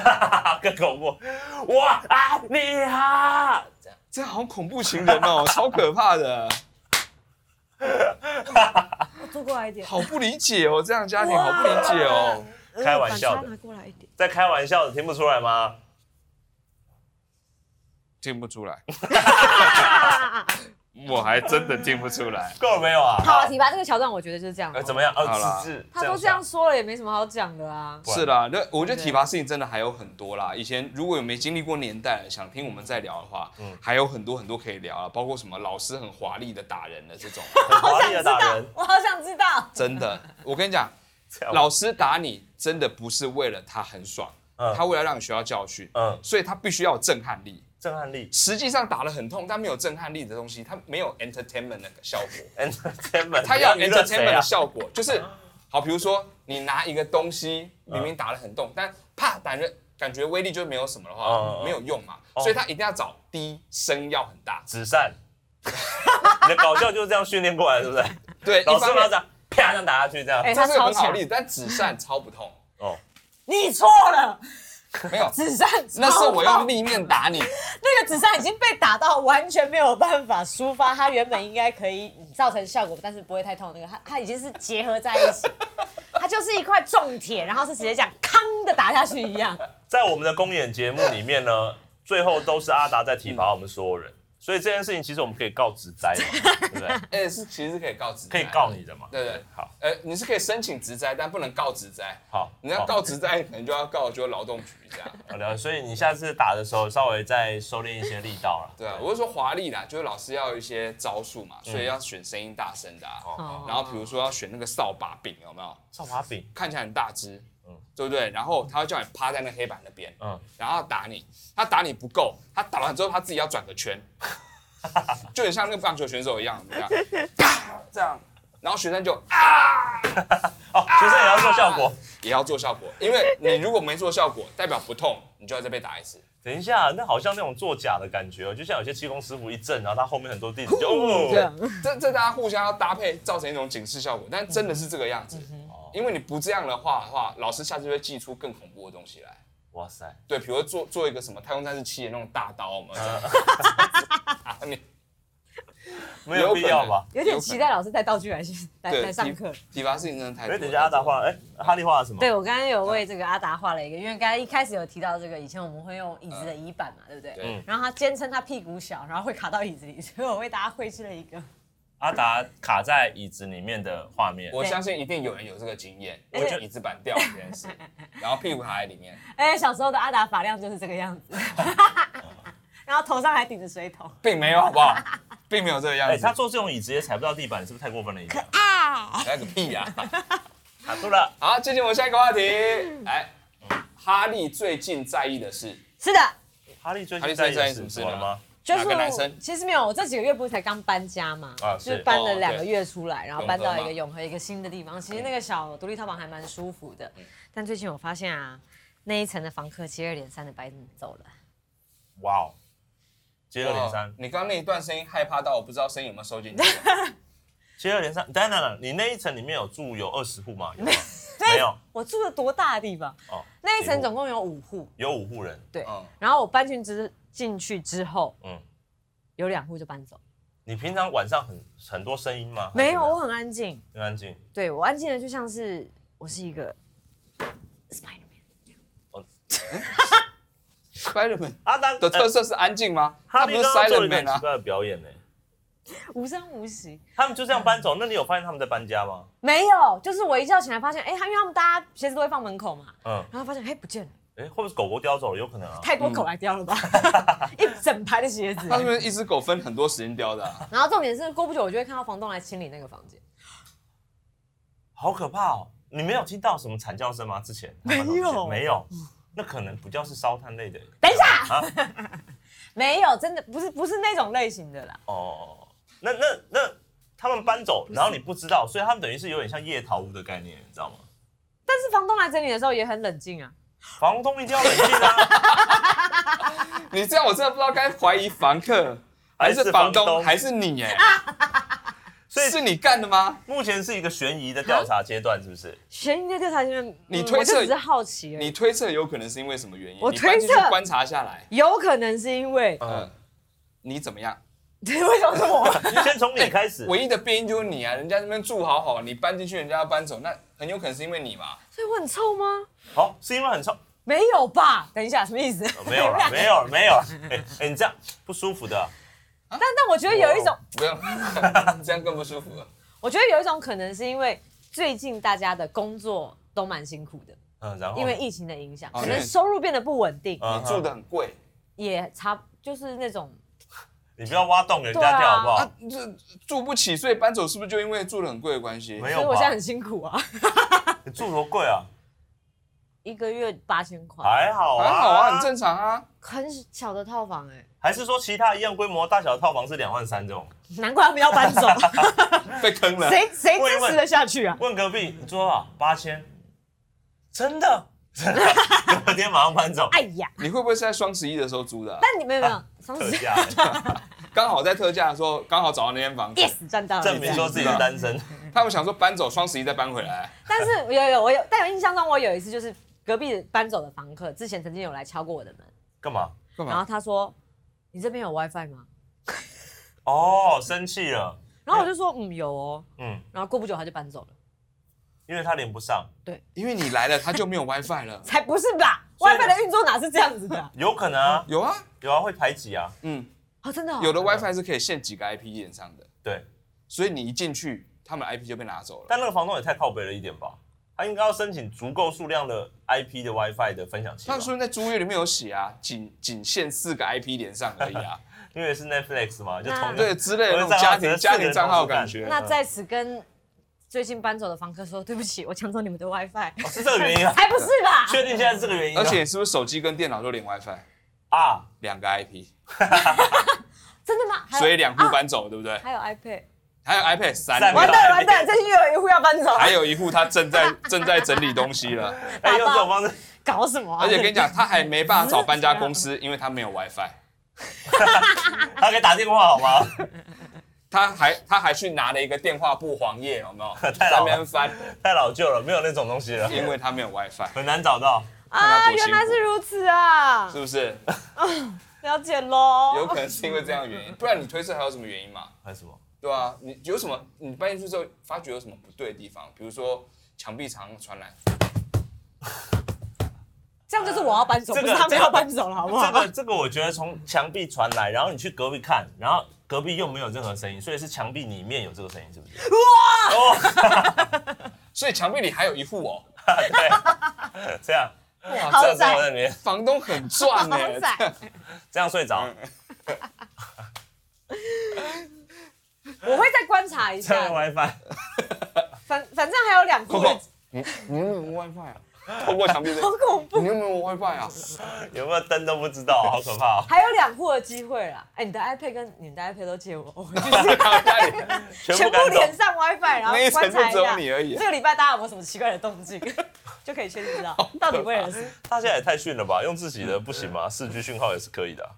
C: 更恐怖。我爱你啊，这样
A: 这样好恐怖情人哦，超可怕的，
B: 坐过来一点，
A: 好不理解哦，这样家庭好不理解哦。
C: 开玩笑
B: 呃把
C: 的
B: 它拿过来一点。
C: 在开玩笑的，听不出来吗？
A: 听不出来，我还真的听不出来。
C: 够了没有啊？
B: 好了，体罚这个桥段，我觉得就是这样
C: 呃，。怎么样？
A: 好啦
C: 呃，是是，
B: 他都这样说了，也没什么好讲的啊。
A: 是啦，那我觉得体罚事情真的还有很多啦。以前如果有没经历过年代，想听我们再聊的话，
C: 嗯
A: 还有很多很多可以聊啊，包括什么老师很华丽的打人的 这种，
C: 很
B: 好
C: 华
B: 想
C: 丽的
B: 知
C: 打
B: 道
C: 人，，
B: 我好想知道。
A: 真的，我跟你 讲，
C: 这样
A: 老师打你真的不是为了他很爽，
C: 嗯
A: 他为了让你学到教训，
C: 嗯
A: 所以他必须要有震撼力。
C: 震撼力
A: 实际上打得很痛，但没有震撼力的东西，它没有 entertainment 那个效果。
C: ，entertainment，
A: 他要
C: 你娱乐谁
A: entertainment
C: 啊
A: 的效果，就是好，比如说你拿一个东西
C: 啊
A: 明明打得很动，但啪打人感觉威力就没有什么的
C: 嗯嗯
A: 话，
C: 嗯
A: 没有用嘛，所以他一定要找低声要很大。
C: 纸扇， 你的搞笑就是这样训练过来，是不是？
A: 对，
C: 老
A: 一
C: 师
A: 方
C: 拿
A: 面
C: 这样啪这样打下去，这样
B: 哎
A: 这
B: 他
A: 是个
B: 超
A: 很好
B: 强
A: 例子，但纸扇超不痛，
C: 哦，
B: 你错了，
A: 没 有，
B: 子善。
A: 那是我
B: 要
A: 用立面打你，
B: 那个子善已经被打到完全没有办法抒发，他原本应该可以造成效果，但是不会太痛。那个他他已经是结合在一起，他就是一块重铁，然后是直接这样康的打下去一样。
C: 在我们的公演节目里面呢，最后都是阿达在体罚我们所有人，所以这件事情其实我们可以告直灾嘛， 对不对？
A: 哎，是其实是可以告职，
C: 可以告，你的嘛？
A: 对对，
C: 好，
A: 呃，你是可以申请职灾，但不能告职灾。
C: 好，
A: 你要告职灾，可能就要告就劳动局这样。
C: 好了，所以你下次打的时候稍微再收敛一些力道了。
A: 对啊，我是说华丽啦，就是老师要有一些招数嘛，
C: 嗯
A: 所以要选声音大声的、啊。
B: 哦
A: 然后比如说要选那个扫把柄，有没有？
C: 少华饼，
A: 看起来很大只，对不对？然后他会叫你趴在那黑板那边，
C: 嗯，
A: 然后打你。他打你不够，他打完之后他自己要转个圈， 就很像那个棒球选手一样，怎么样？这样，然后学生就啊
C: 哦，学生也要做效果。
A: 也要做效果，因为你如果没做效果，代表不痛，你就要再被打一次。
C: 等一下，那好像那种作假的感觉哦，就像有些气功师傅一震，然后他后面很多弟子就
B: 这
C: 哦，
B: 样
A: 这这大家互相要搭配，造成一种警示效果，但真的是这个样子。因为你不这样的话的话，老师下次就会寄出更恐怖的东西来。
C: 哇塞，
A: 对，比如说做做一个什么太空战士七的那种大刀
C: 嗯
A: 嘛，打啊你
C: 没有必要吧？
B: 有点期待老师带道具来来来上课。
A: 体体罚事情真的太多
C: 哎，
A: 了。
C: 等一下，阿达画了，哎，哈利画了什么？
B: 对，我刚刚有为这个阿达画了一个，因为刚才一开始有提到这个，以前我们会用椅子的椅板嘛，对不对？
A: 对
B: 然后他坚称他屁股小，然后会卡到椅子里，所以我为大家绘制了一个。
C: 阿达卡在椅子里面的画面，
A: 我相信一定有人有这个经 验，我
C: 哎
A: 就椅子板掉了这件事，然后屁股卡在里面，
B: 哎，小时候的阿达发量就是这个样子，然后头上还顶着水桶。
A: 并没有好不好？并没有这个样
C: 哎，
A: 子
C: 他，坐这种椅子也踩不到地板，是不是太过分了一点？
B: 啊
A: 那个屁呀！
C: 卡住了。
A: 好，进行我们下一个话题，来，哈利最近在意的事。
B: 是的，
C: 哈利最
A: 哈利最
C: 近在
A: 近在意
C: 演
A: 什么
C: 什
A: 事
C: 么了
A: 呢
C: 吗？
B: 就是
A: 哪个男生
B: 其实没有，我这几个月不是才刚搬家嘛，
C: 啊
B: 就是是搬
A: 哦
B: 了两
A: 对
B: 个月出来，然后搬
A: 永和
B: 到一
A: 嘛
B: 个永和一个新的地方。其实那个小独立套房还蛮舒服的，
A: 嗯
B: 但最近我发现啊，那一层的房客接二连三的搬走了。
C: 哇哦，接二连三
A: 哦，你刚刚那一段声音害怕到我不知道声音有没有收进去。
C: 接二连三。当然了，你那一层里面有住有二十户吗？ 有吗？没有
B: 我住的多大的地方？
C: 哦，
B: 那一层总共有五户，
C: 有五户人，
B: 对
A: 嗯。
B: 然后我搬进之进去之后，
C: 嗯。
B: 有两户就搬走，
C: 你平常晚上很很多声音吗？
A: 啊
B: 没有，
C: 还是
B: 我
C: 怎么样，
B: 很安静。
C: 很安静。
B: 对我安静的就像是我是一个 Spider Man。
A: Spiderman
C: 阿当
A: 的特
C: 呃
A: 色是安静吗？他
C: 哈
A: 不
C: 利
A: 是
C: 刚刚做
A: Silent
C: 了一个很
A: Man
C: 奇
A: 啊？
C: 怪的表演呢。
B: 无声无息，
C: 他们就这样搬走，那你有发现他们在搬家吗？
B: 没有，就是我一觉醒来发现，哎、他因为他们大家鞋子都会放门口嘛，
C: 嗯，
B: 然后发现，哎、不见了，
C: 哎，会不会是狗狗叼走了？有可能啊。
B: 太多口来叼了 吧，一整排的鞋子。
A: 他是不是一只狗分很多时间叼的啊、
B: 然后重点是，过不久我就会看到房东来清理那个房间，
C: 好可怕哦！你没有听到什么惨叫声吗？之前
B: 没有
C: 没有，那可能不叫是烧炭类的
B: 等一下，
A: 啊
B: 没有，真的不是不是那种类型的啦，
C: 哦。那那那他们搬走，然后你不知道，所以他们等于是有点像夜逃屋的概念，你知道吗？
B: 但是房东来整理的时候也很冷静啊，
C: 房东一定要冷静啊，
A: 你这样我真的不知道该怀疑房客 还是房东还是你哎、
C: 所以
A: 是你干的吗？
C: 目前是一个悬疑的调查阶段，是不是？
B: 悬疑的调查阶段，
A: 你
B: 嗯
A: 推
B: 我就
A: 测
B: 只是好奇而
A: 你
B: 已，
A: 推测有可能是因为什么原因？
B: 我
A: 你搬进去
B: 推测
A: 观察下来，
B: 有可能是因为，
A: 嗯、
C: 嗯，
A: 你怎么样？哎
B: 对，为什么是
A: 啊
B: 我？
C: 先从 你开始。
A: 唯一的变因就是你啊，人家那边住好好，你搬进去，人家要搬走，那很有可能是因为你嘛。
B: 所以我很臭吗？
C: 好，是因为很臭，哦
B: 没有吧？等一下，什么意
A: 啊
B: 思？
C: 没有 了，没有了，没有了。哎 哎，你这样不舒服的。啊
B: 但但我觉得有一种，
A: 不用， 这样更不舒服了。
B: 我觉得有一种可能是因为最近大家的工作都蛮辛苦的，
C: 嗯，然后
B: 因为疫情的影响，
A: 哦
B: 可能收入变得不稳定，
C: 嗯
A: 你住的很贵
B: 也差就是那种
C: 你不要挖洞给人家跳好不
A: 啊
C: 好？，
A: 这住不起，所以搬走是不是就因为住的很贵的关系？
B: 所
C: 没
B: 以
C: 有
B: 我现在
C: 吧
B: 很？辛苦啊，
C: 你住多贵啊？
B: 一个月八千块，
C: 还好啊，
A: 还好啊，很正常啊。
B: 很小的套房哎、
C: 还是说其他一样规模大小的套房是两万三这种？
B: 难怪他们要搬 走，
A: 被坑了。
B: 谁谁
C: 问一
B: 支
C: 问
B: 持得下去啊？
C: 问隔壁你住多少？八千，真的？ 隔天马上搬走，
B: 哎呀，
A: 你会不会是在双十一的时候租的啊、
B: 但你没有没有，从
C: 特
B: 此
C: 价，
A: 刚好在特价的时候，刚好找到那间房子。
B: yes 赚到了，
C: 证明说自己是单身。
A: 他们想说搬走，双十一再搬回来。
B: 但是有有我有，但有印象中我有一次就是隔壁搬走的房客，之前曾经有来敲过我的门，
C: 干嘛？
A: 干
B: 然后？他说：“你这边有 WiFi 吗
C: 哦，生气了，？”
B: 然后我就说：“嗯，有哦。
C: 嗯，”
B: 然后过不久他就搬走了，
C: 因为他连不上，
A: 因为你来了，他就没有 WiFi 了。
B: 才不是吧
C: 所以呢
B: ？WiFi 的运作哪是这样子的啊？
C: 有可能啊，
A: 有啊，
C: 有啊，会排挤啊，
A: 嗯，
B: 哦，真的哦
A: 有的 WiFi 是可以限几个 IP 点上的，
C: 对。
A: 所以你一进去，他们的 IP 就被拿走了。
C: 但那个房东也太靠北了一点吧？他应该要申请足够数量的 IP 的 WiFi 的分享器吧
A: 他，说在租约里面有写啊，仅仅限四个 IP 点上而已 啊，
C: 因为是 Netflix 嘛，就
B: 那
C: 同
A: 对之类的那种家庭家庭账号的感觉。
B: 那在此跟最近搬走的房客说：“对不起，我抢走你们的 WiFi。
C: 哦是这个原因”啊？
B: 才不是吧？
C: 确定现在是这个原因啊？
A: 而且你是不是手机跟电脑都连 WiFi
C: 啊，
A: 两个 IP，
B: 真的吗？还有
A: 所以两户
B: 啊
A: 搬走，对不对？
B: 还有 iPad，
A: 还有 iPad 三
C: 三
A: 户
C: 个
B: 完蛋了完蛋了，最近又有一户要搬走了，
A: 还有一户他正在正在整理东西了，
C: 哎，用这种方式，
B: 搞什么啊？
A: 而且跟你讲，他还没办法找搬家公司，因为他没有 WiFi，
C: 他可以打电话好吗？
A: 他还他还去拿了一个电话簿黄页，有没有？
C: 太
A: 在
C: 老
A: 那
C: 了
A: 边翻，
C: 太老旧了，没有那种东 西了，
A: 因为他没有 WiFi，
C: 很难找到。
B: 啊，
A: 看他多辛
B: 原
A: 苦
B: 来是如此啊
A: 是，不是？
B: 了解喽。
A: 有可能是因为这样的原因，不然你推测还有什么原因嘛？
C: 还有什么？
A: 对啊，你有什么？你搬进去之后发觉有什么不对的地方？比如说墙壁常传来，
B: 这样就是我要搬走，
C: 这
B: 不
C: 个
B: 是他们要搬走了，好不好
C: 这？个这个，我觉得从墙壁传来，然后你去隔壁看，然后隔壁又没有任何声音，所以是墙壁里面有这个声音，是不 是？哇！
A: 所以墙壁里还有一户哦，
C: 哦，这样，
A: 哇，
B: 好
C: 这
A: 这
C: 样在我那边，
A: 房东很赚呢、
B: 好仔
C: 这样睡
B: 嗯
C: 着，
B: 我会再观察一
C: 这样
B: 下
C: 用，WiFi，
B: 反反正还有两户的，
A: 你你有没有 WiFi 啊？透过墙壁 的
B: 好。恐怖。
A: 你有没有 WiFi 啊？
C: 有没有灯都不知道，好可怕、哦
B: 还有两户的机会啦！哎、你的 iPad 跟你的 iPad 都借我，我回去试
C: 全
B: 全
C: 部
B: 部
C: 赶走
B: 连。上 WiFi，然后
A: 那一层
B: 观察
A: 就
B: 一
A: 只有
B: 下。
A: 你而已
B: 这个礼拜大家有没有什么奇怪的动静， 就可以确 定知道到底为了什么。
C: 大家也太逊了吧？用自己的不行
B: 嗯
C: 吗？四 G 讯号也是可以的啊、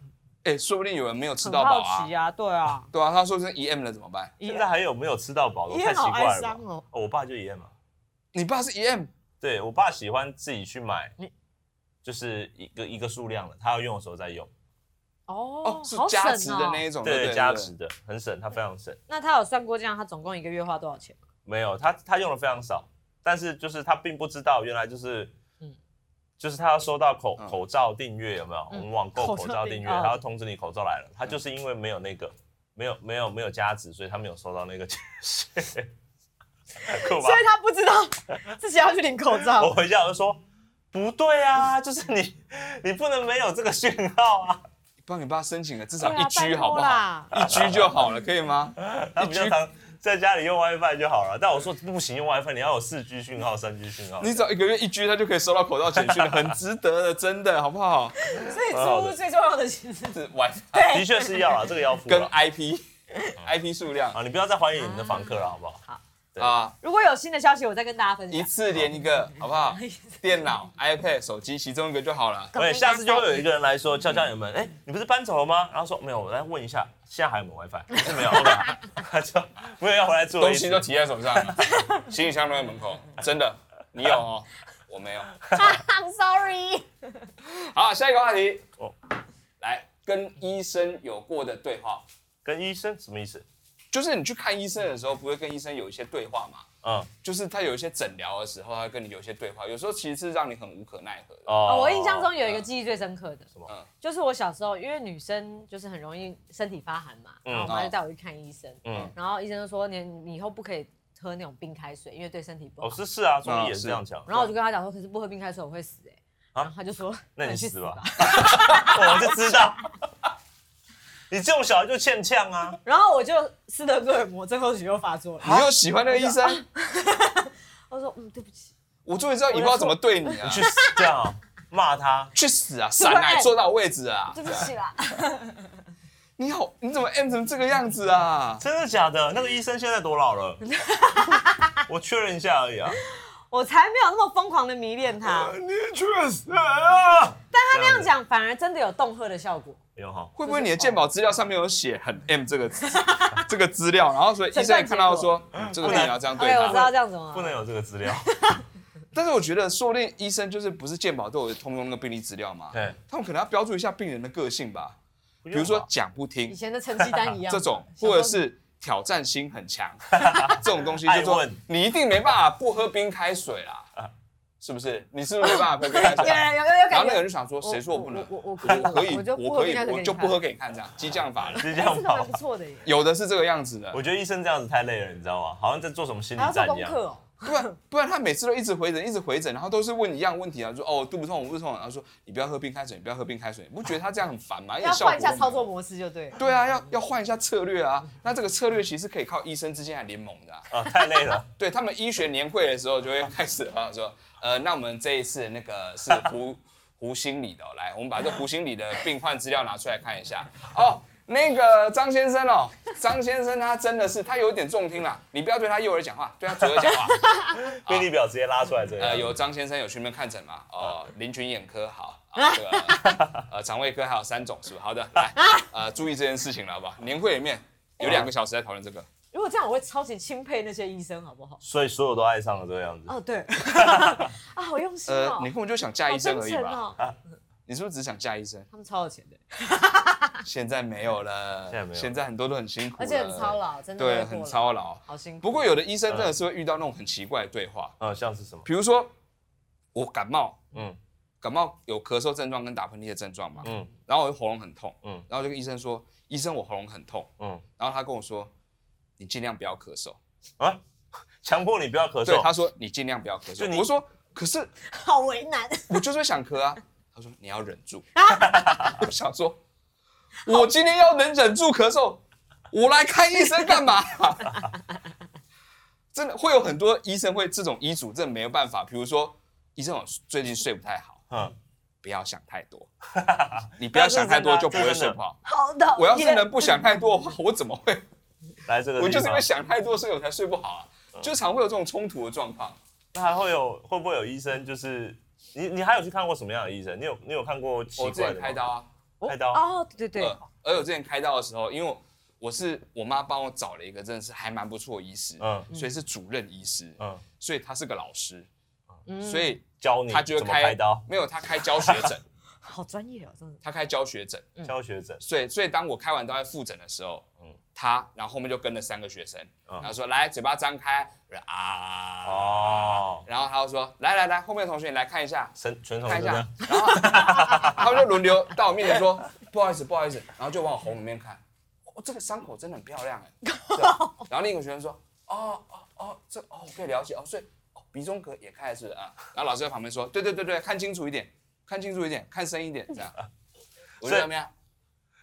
A: 哎，说不定有人没有吃
B: 很
A: 到饱
B: 好
A: 啊
B: 奇。啊，对啊，
A: 对啊，他说是 EM 了怎么办？
C: 现在还有没有吃到饱的？
B: 一
C: 太
B: 样
C: 奇
B: 好
C: 怪
B: 哀
C: 了吧
B: 伤。哦。
C: 哦我爸就一样嘛。
A: 你爸是 E EM，
C: 对我爸喜欢自己去买
B: 你，
C: 就是一个一个数量的，他要用的时候再用。
B: 哦
A: 哦，，是
B: 好省
A: 加持的那
B: 哦。
A: 一种，对
C: 对，
A: 对
C: 加
A: 对
C: 持的很省，他非常省。
B: 那他有算过这样，他总共一个月花多少钱吗？
C: 没有，他他用的非常少，但是就是他并不知道原来就是，
B: 嗯
C: 就是他要收到口、
A: 嗯
C: 口罩订阅有没有？我们网购
B: 嗯口
C: 口
B: 罩
C: 罩
B: 订
C: 订阅，
B: 哦
C: 他要通知你口罩来了，
A: 嗯
C: 他就是因为没有那个。没有没有没有加值，所以他没有收到那个钱， 酷吧
B: 所？以他不知道自己要去领口
C: 我
B: 罩。
C: 回家我就说，不对啊，就是你你不能没有这个讯号啊。
A: 帮你爸申请了至少
B: 对
A: 一
B: 啊，
A: 居
B: 拜
A: 好
B: 托
A: 不好？
B: 啦。
A: 一居就好了，可以吗？
C: 他比较常在家里用 WiFi 就好了。但我说不行，用 WiFi 你要有四 G 讯号、三 G 讯号。
A: 你只要一个月一居，他就可以收到口罩简讯了，很值得的，真的，好不好？
B: 所以租屋最重要的其实
A: 是 WiFi
C: 的确是要啊，这个要付
A: 跟
C: 啊。
A: IP IP 数量
C: 啊，你不要再怀疑你的房客了，好不好？对
A: 啊，
B: 如果有新的消息，我再跟大家 分
A: 一
B: 享。
A: 次连一个，好不好？电脑、iPad、手机其中一个就好了。
C: 对，下次就会有一个人来
B: 嗯
C: 说，叫家人们，哎，你不是搬走了吗？然后说没有，我来问一下，现在还有没有 WiFi？是 没有，OK 他就没有要回来住的
A: 东
C: 意
A: 西
C: 思
A: 都提在手上了，行李箱都在门口，真的，你有哦，我没有。
B: I'm sorry。
A: 好，下一个话题
C: 哦，
A: 来跟医生有过的对话，
C: 跟医生什么意思？
A: 就是你去看医生的时候，不会跟医生有一些对话嘛？
C: 嗯，
A: 就是他有一些诊疗的时候，他会跟你有一些对话，有时候其实是让你很无可奈何的。
C: 哦
B: 哦，我印象中有一个记忆最深刻的，
C: 么
A: 嗯
B: 就是我小时候，因为女生就是很容易身体发寒嘛，然后我妈就带我去看医生，
C: 嗯
B: 然后医生就说你你以后不可以喝那种冰开水，因为对身体不好。
C: 哦是是啊，中医也是这样讲。
B: 然后我就跟他讲说，可是不喝冰开水我会死哎、
C: 啊
B: 然后他就说，
C: 那你
B: 去
C: 死吧。 我就知道，你这种小孩就欠呛啊。
B: 然后我就斯德哥尔摩症候群又发作了，
A: 你又喜欢那个医
B: 啊
A: 生，
B: 我说嗯对不起，
A: 我终于知道以后要怎么对你啊！
C: 你去
A: 去
C: 死这样啊，骂他，
A: 去死啊！闪奶坐到我位置啊！
B: 对不起啦，
A: 你好，你怎么 M 成这个样子啊？
C: 真的假的？那个医生现在多 老了？我确认一下而已啊。
B: 我才没有那么疯狂的迷恋他。
A: 你去死啊！
B: 哎但他那样讲反而真的有恫吓的效果，
C: 有哈，
A: 会不会你的鉴宝资料上面有写很 M 这个 字这个资料，然后所以医生也看到说嗯这个
C: 不
A: 你
C: 能
A: 要这样对
B: OK，我知啊哎道
A: 他？
B: 这样子吗？
C: 不能有这个 资料。
A: 但是我觉得说不定医生就是不是鉴宝都有通用那个病历资料嘛，
C: 对，
A: 他们可能要标注一下病人的个性吧，
C: 比
A: 比如说讲不听
B: 以前的成绩单一样，啊
A: 这种，
B: 小时候
A: 或者是挑战心很强 这种东西，就
C: 爱
A: 是说
C: 问啊
A: 你一定没办法不喝冰开水啦，是不是？你是不是没办法喝冰开
B: 有
A: 水？
B: 有有有
A: 然
B: 感
A: 后那个
B: 觉
A: 人就想说，谁说我不能？
B: 啊我我
A: 我可以
B: 我就，不
A: 我
B: 喝
A: 可以
B: 冰开，水
A: 我
B: 给
A: 就
B: 你
A: 不喝
B: 看
A: 给你看，这样激将法了。
C: 是这
B: 哎
C: 样
B: 这个
C: 吧
B: 蛮不。错的耶，
A: 有的是这个样子的，
C: 我觉得医生这样子太累了，你知道吗？好像在做什么心理
B: 还要做
C: 战一
B: 功
C: 样。
B: 课哦。
A: 不然不然他每次都一直回诊，一直回诊，然后都是问一样问题啊，说哦肚不痛，我肚子痛，然后说你不要喝冰开水，你不要喝冰开水，你不觉得他这样很烦 吗？一
B: 要
A: 点效果
B: 换一下
A: 都没有
B: 操作。模式就对了。
A: 对啊，要要换一下策略啊。那这个策略其实可以靠医生之间来联盟的啊、
C: 啊，太 累了，
A: 对他们医学年会的时候就会开始啊说，呃，那我们这一次那个是胡胡心理的哦、来，我们把这胡心理的病患资料拿出来看一下。哦，那个张先生哦，张先生他真的是他有点重听啦，你不要对他右耳讲话，对他左耳讲话。
C: 病历表直接拉出来这
A: 呃，
C: 样。
A: 有张先生有去那边看诊吗？哦，林群眼科好， 啊、这个呃肠胃科还有三种是吧？好的， 来，呃，注意这件事情了，好不好？年会里面有两个小时在讨论这个，
B: 如果这样，我会超级钦佩那些医生，好不好？
C: 所以所有都爱上了这个样子。
A: 嗯
B: 哦， 对， 啊，好用心
A: 呃
B: 哦，，
A: 你根本就想嫁
B: 好
A: 医生
B: 真
A: 而已
B: 诚
A: 吧？
B: 哦。
A: 你是不是只想嫁医生？
B: 他们超有钱的，
A: 现在没有了，
C: 现在 没有
A: 现在很多都很辛苦，
B: 而且很操，劳，真的
A: 对，
B: 累过
A: 很
B: 了，
A: 操劳。
B: 好辛苦。
A: 不过有的医生真的是会遇到那种很奇怪的对话，
C: 嗯，像是什么？
A: 比如说我感冒，
C: 嗯
A: 感冒有咳嗽症状跟打喷嚏的症状嘛，
C: 嗯
A: 然后我就喉咙很痛，
C: 嗯
A: 然后就跟医生说，医生我喉咙很痛，
C: 嗯，
A: 然后他跟我说，你尽量不要咳嗽。
C: 啊，强迫你不要咳
A: 对，他
C: 嗽。
A: 说你尽量不要咳
C: 就
A: 嗽。
C: 你
A: 我说可是
B: 好为难，
A: 我就是会想咳啊。 他说你要忍住。我想说，我今天要能忍住咳嗽，我来看医生干嘛？ 真的会有很多医生会这种医嘱，真的没有办法。比如说。医生我最近睡不太好，
C: 嗯，
A: 不要想太多，你不要想太多就不
C: 啊
A: 会睡不好。
B: 好的，
A: 我要是能不想太多的话，我怎么会？
C: 来这个地
A: 我
C: 方，嗯
A: 就是因为想太多，所以我才睡不好啊，就常会有这种冲突的状况。
C: 那还会有会不会有医生？就是你你还有去看过什么样的医生？你有你有看过奇
A: 我之
C: 怪
A: 前
C: 的吗
A: 开刀啊，
C: 开刀
B: 哦，对对对
A: 呃，，而我之前开刀的时候，因为我我是我妈帮我找了一个真的是还蛮不错的医师，
C: 嗯
A: 所以是主任医师，
C: 嗯，
A: 所以他是个老师，
B: 嗯
A: 所以
C: 教你
A: 他就
C: 怎
A: 会
C: 么开刀，
A: 没有他开教学诊，
B: 好专业哦，真的。
A: 他开教学诊，
C: 教学诊，
A: 所以所以当我开完刀在复诊的时候，
C: 嗯
A: 他然后后面就跟了三个学生，
C: 嗯
A: 然后说来嘴巴张开，我说啊，
C: 哦，
A: 然后他就说来来来，后面的同学你来看一下，
C: 神传统
A: 看
C: 是
A: 一
C: 这
A: 下
C: 样，，
A: 然后他们就轮流到我面前说 不好意思，不好意思，然后就往我喉咙里面看，哦，这个伤口真的很漂亮 哎。对然后另一个学生说，哦哦哦，这哦我可以了解哦，所以哦鼻中隔也开了是不是啊？然后老师在旁边说，对对对对，看清楚一点，看清楚一点，看深一点这 样。我
C: 所
A: 说
C: 以
A: 怎么样？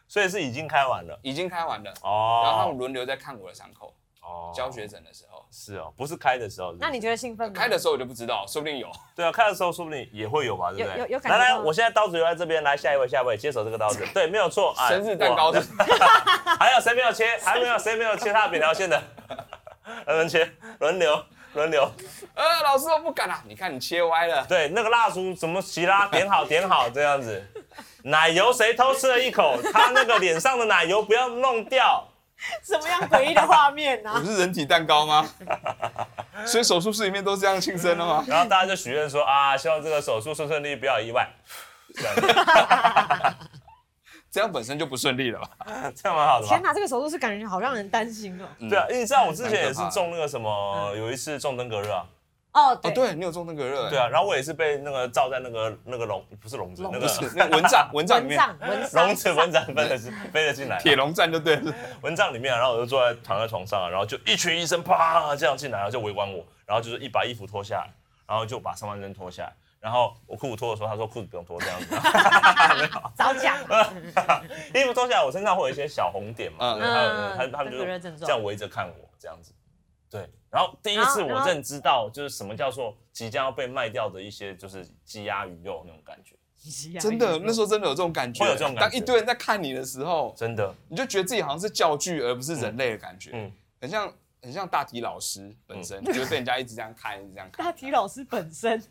C: 所以是已经开完了
A: 啊已经开完了，然后他们
C: 哦，
A: 轮流在看我的伤口，
C: 哦
A: 教学诊的时候。
C: 是哦，不是开的时候，是不是
B: 那你觉得兴奋吗？
A: 开的时候我就不知道，说不定有。
C: 对啊，看的时候说不定也会有吧，对不对？
B: 有有有感
C: 来
B: 觉
C: 来，
B: 到
C: 我现在刀子留在这边，来下一位，下一位接手这个 刀子，对，没有错，哎
A: 生日蛋糕是，
C: 哇还有谁没有切？还没有谁没有切他 的扁条线的？轮轮切，轮流轮流，
A: 呃，老师我不敢了、你看你切歪了。
C: 对，那个蜡烛怎么齐啦？点好点好这样子，奶油谁偷吃了一口，他那个脸上的奶油不要弄掉。
B: 什么样诡异的画面
A: 我
B: 啊？
A: 是人体蛋糕吗？所以手术室里面都这样庆生了吗？
C: 然后大家就许愿说啊，希望这个手术顺顺利，不要有意外，这样子，
A: 这样本身就不顺利了吧？
C: 这样蛮好的
B: 天
C: 吧？
B: 哪，这个手术是感觉好让人担心
A: 嗯
B: 哦。
C: 对啊，因为你知道我之前
A: 蛮
C: 也是
A: 可怕的嗯
C: 中那个什么，有一次中登革热啊，
B: 哦，
A: 哦，
B: 对，
A: 对你有中那个热，
C: 对啊，然后我也是被那个罩在那个那个笼，不是笼子，那
A: 哦不
C: 个
A: 是那蚊帐，蚊帐里
B: 蚊
A: 面
B: 帐，蚊
C: 笼
B: 帐，
C: 子蚊帐飞了进飞了进来，啊
A: 铁笼战就对了。
C: 蚊帐里面，啊然后我就坐在躺在床上，啊然后就一群医生啪这样进来，然后啊就围观我，然后就是一把衣服脱下来，然后就把上半身脱下来，然后我裤子脱的时候，他说裤子不用脱这样子，
B: 早讲，
C: 衣服脱下来，我身上会有一些小红点嘛，
A: 嗯
C: 对他
B: 嗯
C: 他他们就
B: 登革热症状
C: 这样围着看我这样子，对，然后第一次
B: 然后然
C: 我
B: 后
C: 认知到就是什么叫做即将要被卖掉的一些就是鸡鸭鱼肉那种感觉，
A: 真
B: 哎
A: 的，那时候真的有这种感觉，
C: 会有这种感
A: 当
C: 觉
A: 一堆人在看你的时候，
C: 真的，
A: 你就觉得自己好像是教具而不是人类的感觉，
C: 嗯
A: 嗯，很像很像大体老师本身，就是被人家一直这样看，一直这样看。
B: 大体老师本身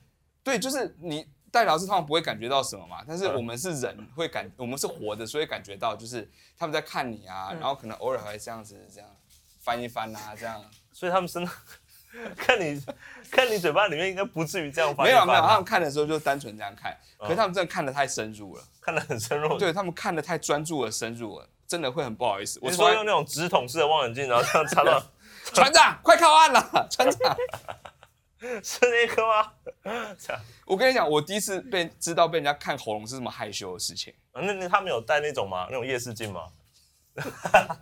A: 对，就是你代老师通常不会感觉到什么嘛，但
C: 嗯
A: 是我们是人会感，我们是活的，所以感觉到就是他们在看你啊，然后可能偶尔还会这样子这样翻一翻啊，这样
C: 所以他们身上 看你看你嘴巴里面应该不至于这样翻一啊嗯
A: 没有啊
C: 翻吧，
A: 没有，他们看的时候就单纯这样看，可是他们真的看得太深入了，
C: 看得很深入，
A: 对他们看得太专注而深入了，真的会很不好意思。我
C: 你
A: 说
C: 说用那种直筒式的望远镜，然后这样插 到
A: 船长，快靠岸了，船长。
C: 是那一颗吗？这样，
A: 我跟你讲，我第一次被知道被人家看喉咙是这么害羞的事情，
C: 啊那那他们有戴那种吗？那种夜视镜吗？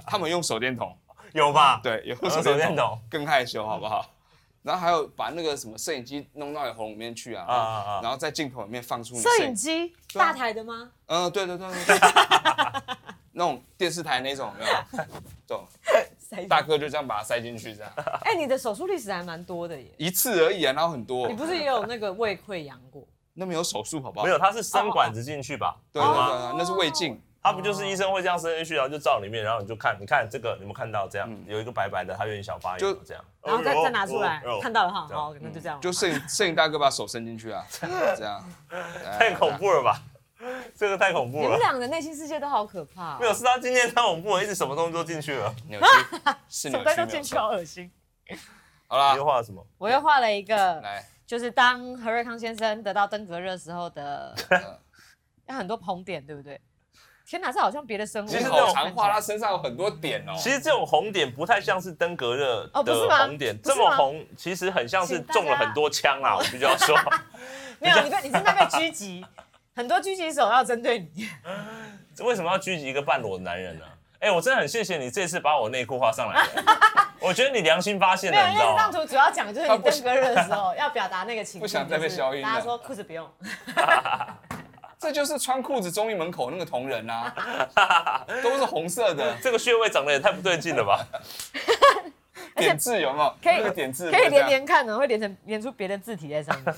A: 他们用手电筒，
C: 有吧？，
A: 对，有
C: 用
A: 手
C: 手
A: 电
C: 电
A: 筒。
C: 筒。
A: 更害
C: 嗯
A: 羞，好不好？然后还有把那个什么摄影机弄到你喉咙里面去啊，
C: 啊啊啊
A: 然后在镜头里面放出你
B: 摄影
A: 机，
B: 机
A: 嗯对啊
B: 大台的吗？
A: 嗯、对对对对对， 那种电视台那种有没有，这种大哥就这样把它塞进去，这样
B: 哎，你的手术历史还蛮多的耶，
A: 一次而已啊，然后很多
B: 你，不是也有那个胃溃疡过？
A: 那没有手术好不好？
C: 没有，，他是
B: 哦
C: 伸管子进去吧？
A: 对
C: 有
A: 对对
C: 吗？
A: 对那是胃镜，
C: 他不就是医生会这样伸进去，然后就照里面，然后你就看，你看这个，你有没有看到这样？有一个白白的，它有点小发炎，
A: 就
C: 这样，
B: 嗯然后再
C: 哎呦
B: 再拿出来
C: 哎呦，
B: 看到了哈，
C: 这样
B: 好，那就这样吧。
A: 嗯就摄影摄影大哥把手伸进去 啊，这样，哎
C: 太恐怖了吧？ 这个太恐
B: 你
C: 怖
B: 们
C: 了。
B: 俩的内心世界都好可怕哦
C: 没，有，是他今天太恐怖了，一直什么东西都进去了。
A: 扭曲，是
B: 手
A: 扭
B: 在
A: 曲
B: 都
A: 没有
B: 进去，哦
A: 错，
B: 好恶心。
A: 好
B: 啊
C: 你又
A: 啦，
C: 画了什么？
B: 我又画了一个，
A: 来，
B: 就是当何瑞康先生得到登革热时 候的，
A: 呃
B: 要很多红点，对不对？天哪，这好像别的生物。
A: 其实
C: 那
A: 好
C: 种
A: 长话，他身上有很多点哦，
C: 其实这种红点不太像是登革热
B: 哦不是
C: 的
B: 吗
C: 红点，
B: 不是
C: 这
B: 吗
C: 么红其实很像是中了很多枪啊
B: 哦
C: 啦，我必须 要说。
B: 没有，你被你正在被狙 击，很多狙击手要针对你。
C: 为什么要狙击一个半裸的男人呢、哎、我真的很谢谢你这次把我内裤画 上来了，我觉得你良心发现
B: 没有，
C: 了，
B: 因
C: 你
B: 为这
C: 知道吗
B: 张？图主要讲就是
A: 他
B: 你
A: 不想
B: 登革热的时候要表达那个情绪，
A: 不想再被
B: 就是
A: 消音了
B: 大家说裤子 不用，
A: 这就是穿裤子中医门口那个同人啊， 都是红色的
C: 这个穴位长得也太不对劲了吧？
A: 点痣，有没有？
B: 可以
A: 那个点痣，
B: 啊 可以连连看呢，会连成连出别的字体在上面。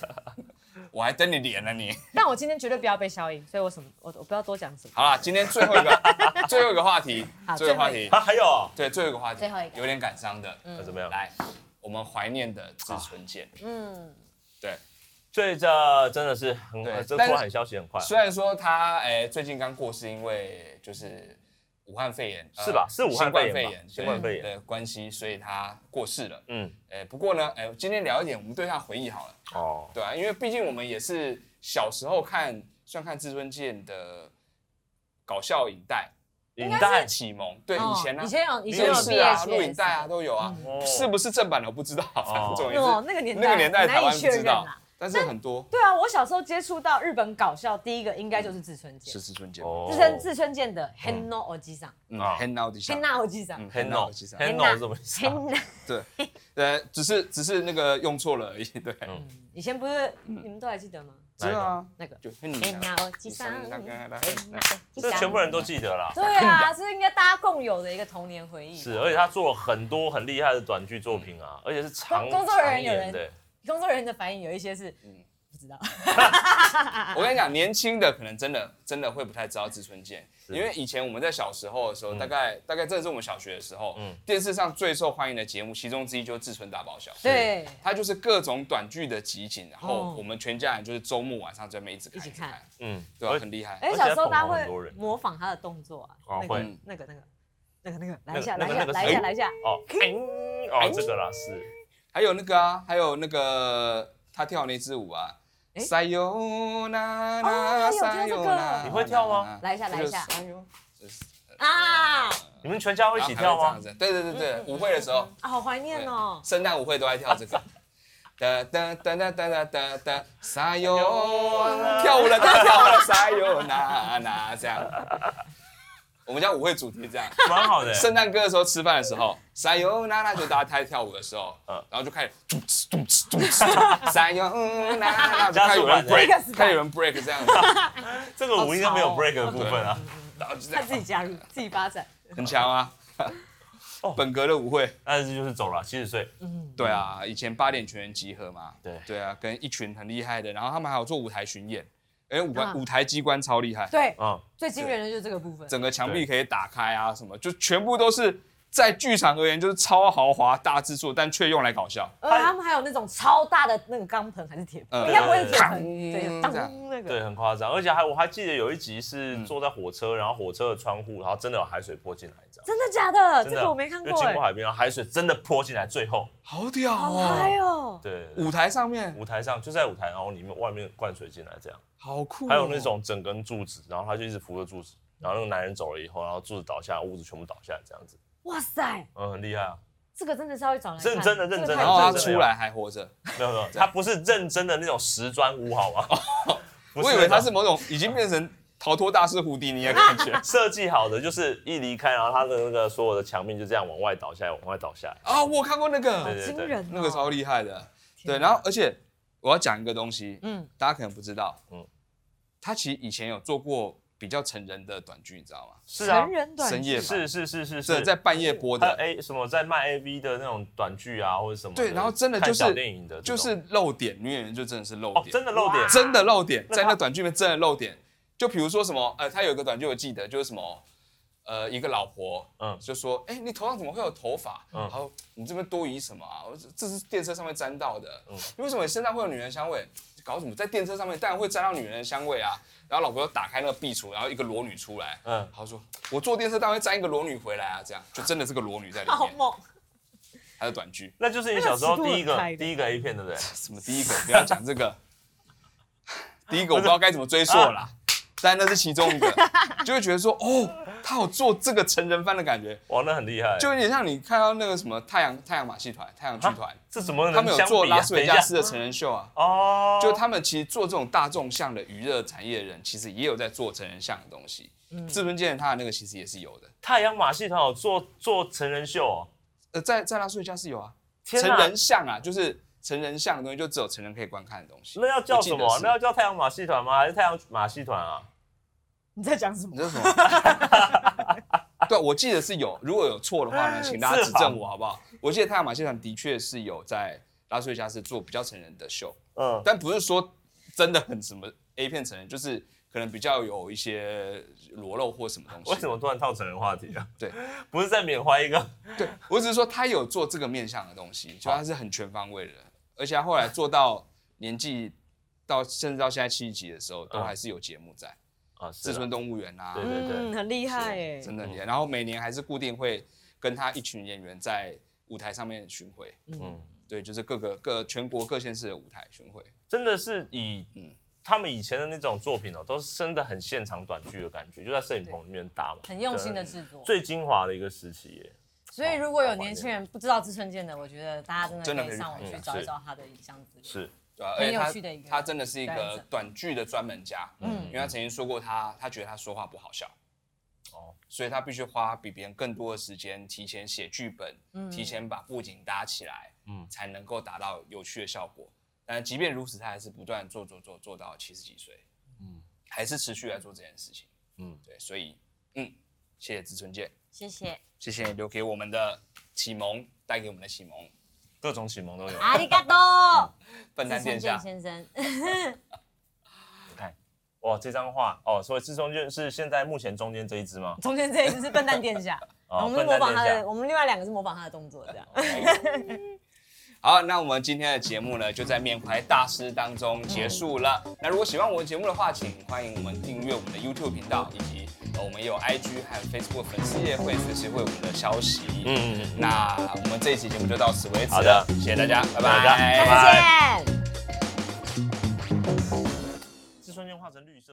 A: 我还瞪你脸呢你。
B: 但我今天绝对不要被消音，所以我什么我我不要多讲什么。
A: 好啦，今天最后一 个最后一个话题
B: 好，
A: 最后一个话题，
C: 啊，还有啊
A: 对，最后一个话题，
B: 最后一个
A: 有点感伤的，
C: 那怎么样？
A: 来，我们怀念的志存健，
C: 啊
B: 嗯，
A: 对，
C: 所以这真的是很，
A: 对
C: 这突
A: 但是
C: 然很消息很快，啊
A: 虽然说他哎最近刚过世，因为就是武汉肺炎呃
C: 是吧是武汉
A: 新冠
C: 肺
A: 肺
C: 炎吧
A: 炎
C: 新冠
A: 对
C: 肺炎
A: 的关系，所以他过世了。
C: 嗯，
A: 哎，不过呢，哎，今天聊一点我们对他回忆好了，
C: 哦，
A: 对啊，因为毕竟我们也是小时候看，算看志尊健的搞笑影带，
C: 影
A: 带
C: 带
A: 启蒙，对
B: 哦
A: 以前呢啊
B: 以。前有以前有
A: 电
B: B
A: 视啊、
B: H
A: 录影带啊，都有啊，
C: 嗯
A: 是不是正版的我不知道，啊反正总而言
B: 哦
A: 之，
B: 那个年代
A: 那个年代台
B: 难
A: 湾
B: 以
A: 不
B: 确
A: 知
B: 认啊
A: 道
B: 啦。，
A: 但是很多
B: 对啊，我小时候接触到日本搞笑，第一个应该就是志村健，
A: 是志尊健，
C: 哦
B: 志村志村健的 Henno o j i s a n
A: 嗯
C: 啊
A: ，hand out 一下
B: Henna o j i s a n
A: 嗯
C: Henno
A: 其实
C: Henno 是什么意思啊？
B: Henna，
A: 对，呃，只是只是那个用错了而已，对，
C: 嗯
B: 以前不是嗯你们都还记得吗？
A: 知道啊，
B: 那个
A: 就
C: 哎
A: hand
B: Henna o j i s a n
A: 嗯 out，
C: 这全部人都记得啦。
B: 对 啊，这应该大家共有的一个童年回忆。
C: 是，而且他做了很多很厉害的短剧作品啊，而且是长
B: 工作人员有人
C: 长年的
B: 工作人员的反应有一些是
C: 嗯
B: 不知道，
A: 我跟你讲，年轻的可能真的真的会不太知道志村健，因为以前我们在小时候的时候，大概大概正是我们小学的时候，
C: 嗯
A: 电视上最受欢迎的节目其中之一就是《志村大爆笑》，
B: 对，
A: 它就是各种短剧的集锦，然后
B: 哦
A: 我们全家人就是周末晚上在那边一直看，
B: 一起
A: 直看
B: 看，
C: 嗯，
A: 对吧？
C: 而
A: 很厉害。
B: 而且
C: 而且
B: 哎小时候大家
C: 还捧红很多
B: 会
C: 人
B: 模仿他的动作啊，
C: 哦
B: 那个
C: 会
B: 那个那个那个那个，来一下来
C: 那个
B: 一下
C: 那个
B: 来一
C: 谁
B: 下来一下，
C: 哦，嗯哦，这个啦是，
A: 还有那个啊，还有那个他跳那支舞啊，
B: 诶
A: 塞哟那那
B: 哦他有跳这个
C: 你会跳吗
B: 来一下来一下
A: 塞哟，就是
B: 啊
C: 你们全家会一起跳
A: 然后还会
C: 吗？
A: 这样子对对对对，舞会的时候，
B: 啊，好怀念哦。
A: 圣诞舞会都爱跳这个。哒哒哒哒哒哒哒哒，撒哟，跳舞了，大家跳舞了，撒哟那那这样。我们家舞会主题这样，
C: 蛮好的，
A: 圣诞歌的时候吃饭的时候，撒哟那那就大家开始跳舞的时候，
C: 嗯
A: 然后就开始咚哧咚哧咚哧，撒哟那那，就开始有人
B: 加速
A: break，
B: 版
A: 开始有人 break 这样子，
C: 这个舞应该没
B: 好
C: 有
B: 吵哦
C: break 的部分啊。
A: 然后就这
B: 他
A: 样
B: 自 己加入，自己发展。
A: 很强啊
C: 哦。
A: 本格的舞会，
C: 但是就是走了，七十岁，
A: 对啊，以前八点全员集合嘛，
C: 嗯对
A: 对啊，跟一群很厉害的，然后他们还有做舞台巡演，哎，舞台
B: 啊
A: 舞台机关超厉害，
B: 对，
C: 嗯，
B: 最惊人的就是这个部分。
A: 整个墙壁可以打开啊，什么就全部都是在剧场而言就是超豪华大制作，但却用来搞笑。
B: 而且他们还有那种超大的那个钢盆还是铁盆，
A: 嗯
B: 应该不会是铁盆，
A: 嗯
B: 对，
A: 这样
B: 当那
C: 对，
B: 个，
C: 很夸张，而且还我还记得有一集是
A: 嗯
C: 坐在火车，然后火车的窗户，然后真的有海水泼进来，这样。
B: 真的假的？
C: 真
B: 这
C: 的，啊
B: 个我没看
C: 就
B: 过
C: 经
B: 哎
C: 过，海边，然后海水真的泼进来，最后，
A: 好屌
B: 好嗨
A: 哦！
B: 哦！
C: 对对对
A: 舞台上面
C: 舞台上就在舞台，然后里面外面灌水进来这样，
A: 好酷哦，
B: 嗯
C: 还有那种整根柱子，然后他就一直扶着柱子，然后那个男人走了以后，然后柱子倒下，屋子全部倒下这样子，
B: 哇塞，
C: 嗯，很厉害啊，
B: 这个真的是要去找来看，
C: 认真的认真的
B: 这个太
A: 然后他
B: 酷了
A: 出来还活着，
C: 没有没 有，他不是认真的那种石砖屋好吗？不
A: 我以为他是某种已经变成逃脱大师胡迪尼的感觉
C: 设计好的，就是一离开，然后他的那个所有的墙面就这样往外倒下来，往外倒下来。
A: 啊！我有看过那
B: 好
A: 个，
C: 对
B: 惊人哦，
A: 那个超厉害的，对。
B: 天
A: 然后而且我要讲一个东西，
B: 嗯，
A: 大家可能不知道，嗯
C: 嗯，
A: 他其实以前有做过比较成人的短剧，你知道吗？
C: 是啊
B: 成，人短
A: 深夜版
C: 是是是是
A: 这
C: 是，
A: 在半夜播
C: 还有哎
A: 的，
C: A 什么在卖 AV 的那种短剧啊，或者什么的。
A: 对，然后真的就
C: 看小电
A: 是
C: 影的这
A: 就
C: 种，
A: 是露点，女演员就真的是露
C: 哦，
A: 点，
C: 真的露点
B: 哇，
A: 真的露点，
C: 那
A: 在
C: 他
A: 那短剧里面真的露点。就比如说什么，呃，他有一个短剧我记得，就是什么，呃，一个老婆，嗯
C: 嗯，
A: 就说，哎，你头上怎么会有头发？
C: 嗯
A: 然后你这边多余什么啊？我说这是电车上面沾到的，
C: 嗯
A: 你为什么你身上会有女人香味？搞什么？在电车上面当然会沾到女人的香味啊。然后老婆又打开那个壁橱，然后一个裸女出来，
C: 嗯，
A: 他说：“我坐电车当然会沾一个裸女回来啊，这样就真的是个裸女在里
B: 好
A: 面。
B: 猛，”
A: 还有短剧，
C: 那就是你小时候第
B: 那个
C: 一
B: 尺度很开
C: 个
B: 的
C: 第一个 A 片，对不对？
A: 什么第一个不要讲这个，第一个我不知道该怎么追溯啦，但那是其中一个，就会觉得说哦，他有做这个成人番的感觉，
C: 哇，那很厉害。
A: 就有点像你看到那个什么太阳太阳马戏团、太阳剧团，
C: 这怎么
A: 他
C: 能
A: 们有
C: 相
A: 做
C: 比啊？
A: 拉斯维加斯的成人秀啊。
C: 哦，
A: 就他们其实做这种大众向的娱乐产业的人，其实也有在做成人向的东西。志尊健他的那个其实也是有的，
C: 太阳马戏团有做做成人秀哦，
A: 呃，在在拉斯维加斯有啊，
C: 天
A: 成
C: 哪
A: 人像啊，就是成人像的东西，就只有成人可以观看的东西。
C: 那要叫什
A: 我
C: 么？
A: 记
C: 那
A: 得
C: 要
A: 是
C: 叫太阳马戏团吗？还是太阳马戏团啊？
B: 你在讲什么
A: 你？说什么？ 对，我记得是有，如果有错的 话呢，请大家指正
C: 哦
A: 我好不好？我记得太阳马戏团的确是有在拉斯维加斯做比较成人的秀，
C: 嗯，
A: 但不是说真的很什么 A 片成人，就是可能比较有一些裸露或什么东西。
C: 为什么突然套成人话题啊？
A: 对，
C: 不是在缅怀一个啊
A: 对我只是说他有做这个面向的东西，就他是很全方位的，而且他后来做到年纪到甚至到现在七级的时候，都
C: 嗯
A: 还是有节目在《
C: 啊，
A: 至
C: 是
A: 尊
C: 啊
A: 动物园》啊，
C: 对对对
B: 嗯，很厉害哎
A: 是，真的很厉害。然后每年还是固定会跟他一群演员在舞台上面巡回，
C: 嗯，
A: 对，就是各个各全国各县市的舞台巡回。
C: 真的是以
A: 嗯
C: 他们以前的那种作品哦，都是真的很现场短剧的感觉，就在摄影棚里面搭嘛，
B: 很用心的制作。
C: 最精华的一个时期耶。
B: 所以如果有年轻人不知道志村健的，我觉得大家真的可以上网去找一找他的影像资料。
C: 嗯是，
A: 对啊吧、而
B: 很
A: 且
B: 有
A: 他
B: 趣的一个
A: 他真的是一
B: 表演
A: 个
B: 者
A: 短剧的专门家，嗯，因为他曾经说过他他觉得他说话不好笑，
C: 哦
A: 哦，所以他必须花比别人更多的时间提前写剧本，提前把布景搭起来，嗯，才能够达到有趣的效果。但即便如此，他还是不断做做做做到七十几岁，嗯，还是持续来做这件事情，
C: 嗯
A: 嗯，对，所以嗯，谢谢志村健，
B: 谢谢，
A: 谢谢你留给我们的启蒙，带给我们的启蒙，
C: 各种启蒙都有。
B: 阿里嘎多，
A: 笨蛋
B: 志
A: 殿
B: 村
A: 下
B: 健，先生，
C: 你看，哇，这张画哦，所以志中就是现在目前中间这一只吗？
B: 中间这一只是笨蛋殿下，
C: 哦
B: 啊我们是模仿他的，我们另外两个是模仿他的动作，这样。
C: 哎
A: 好，那我们今天的节目呢，就在缅怀大师当中结束了。那如果喜欢我们节目的话，请欢迎我们订阅我们的 YouTube 频道，以及呃我们也有 IG 和 Facebook 粉丝页会随时会有我们的消息。嗯，
C: 嗯嗯嗯，
A: 那我们这一期节目就到此为止。
C: 好的
A: 谢谢大家，拜
C: 大家拜
A: 拜
B: 下次见。
C: 志中间画成绿色。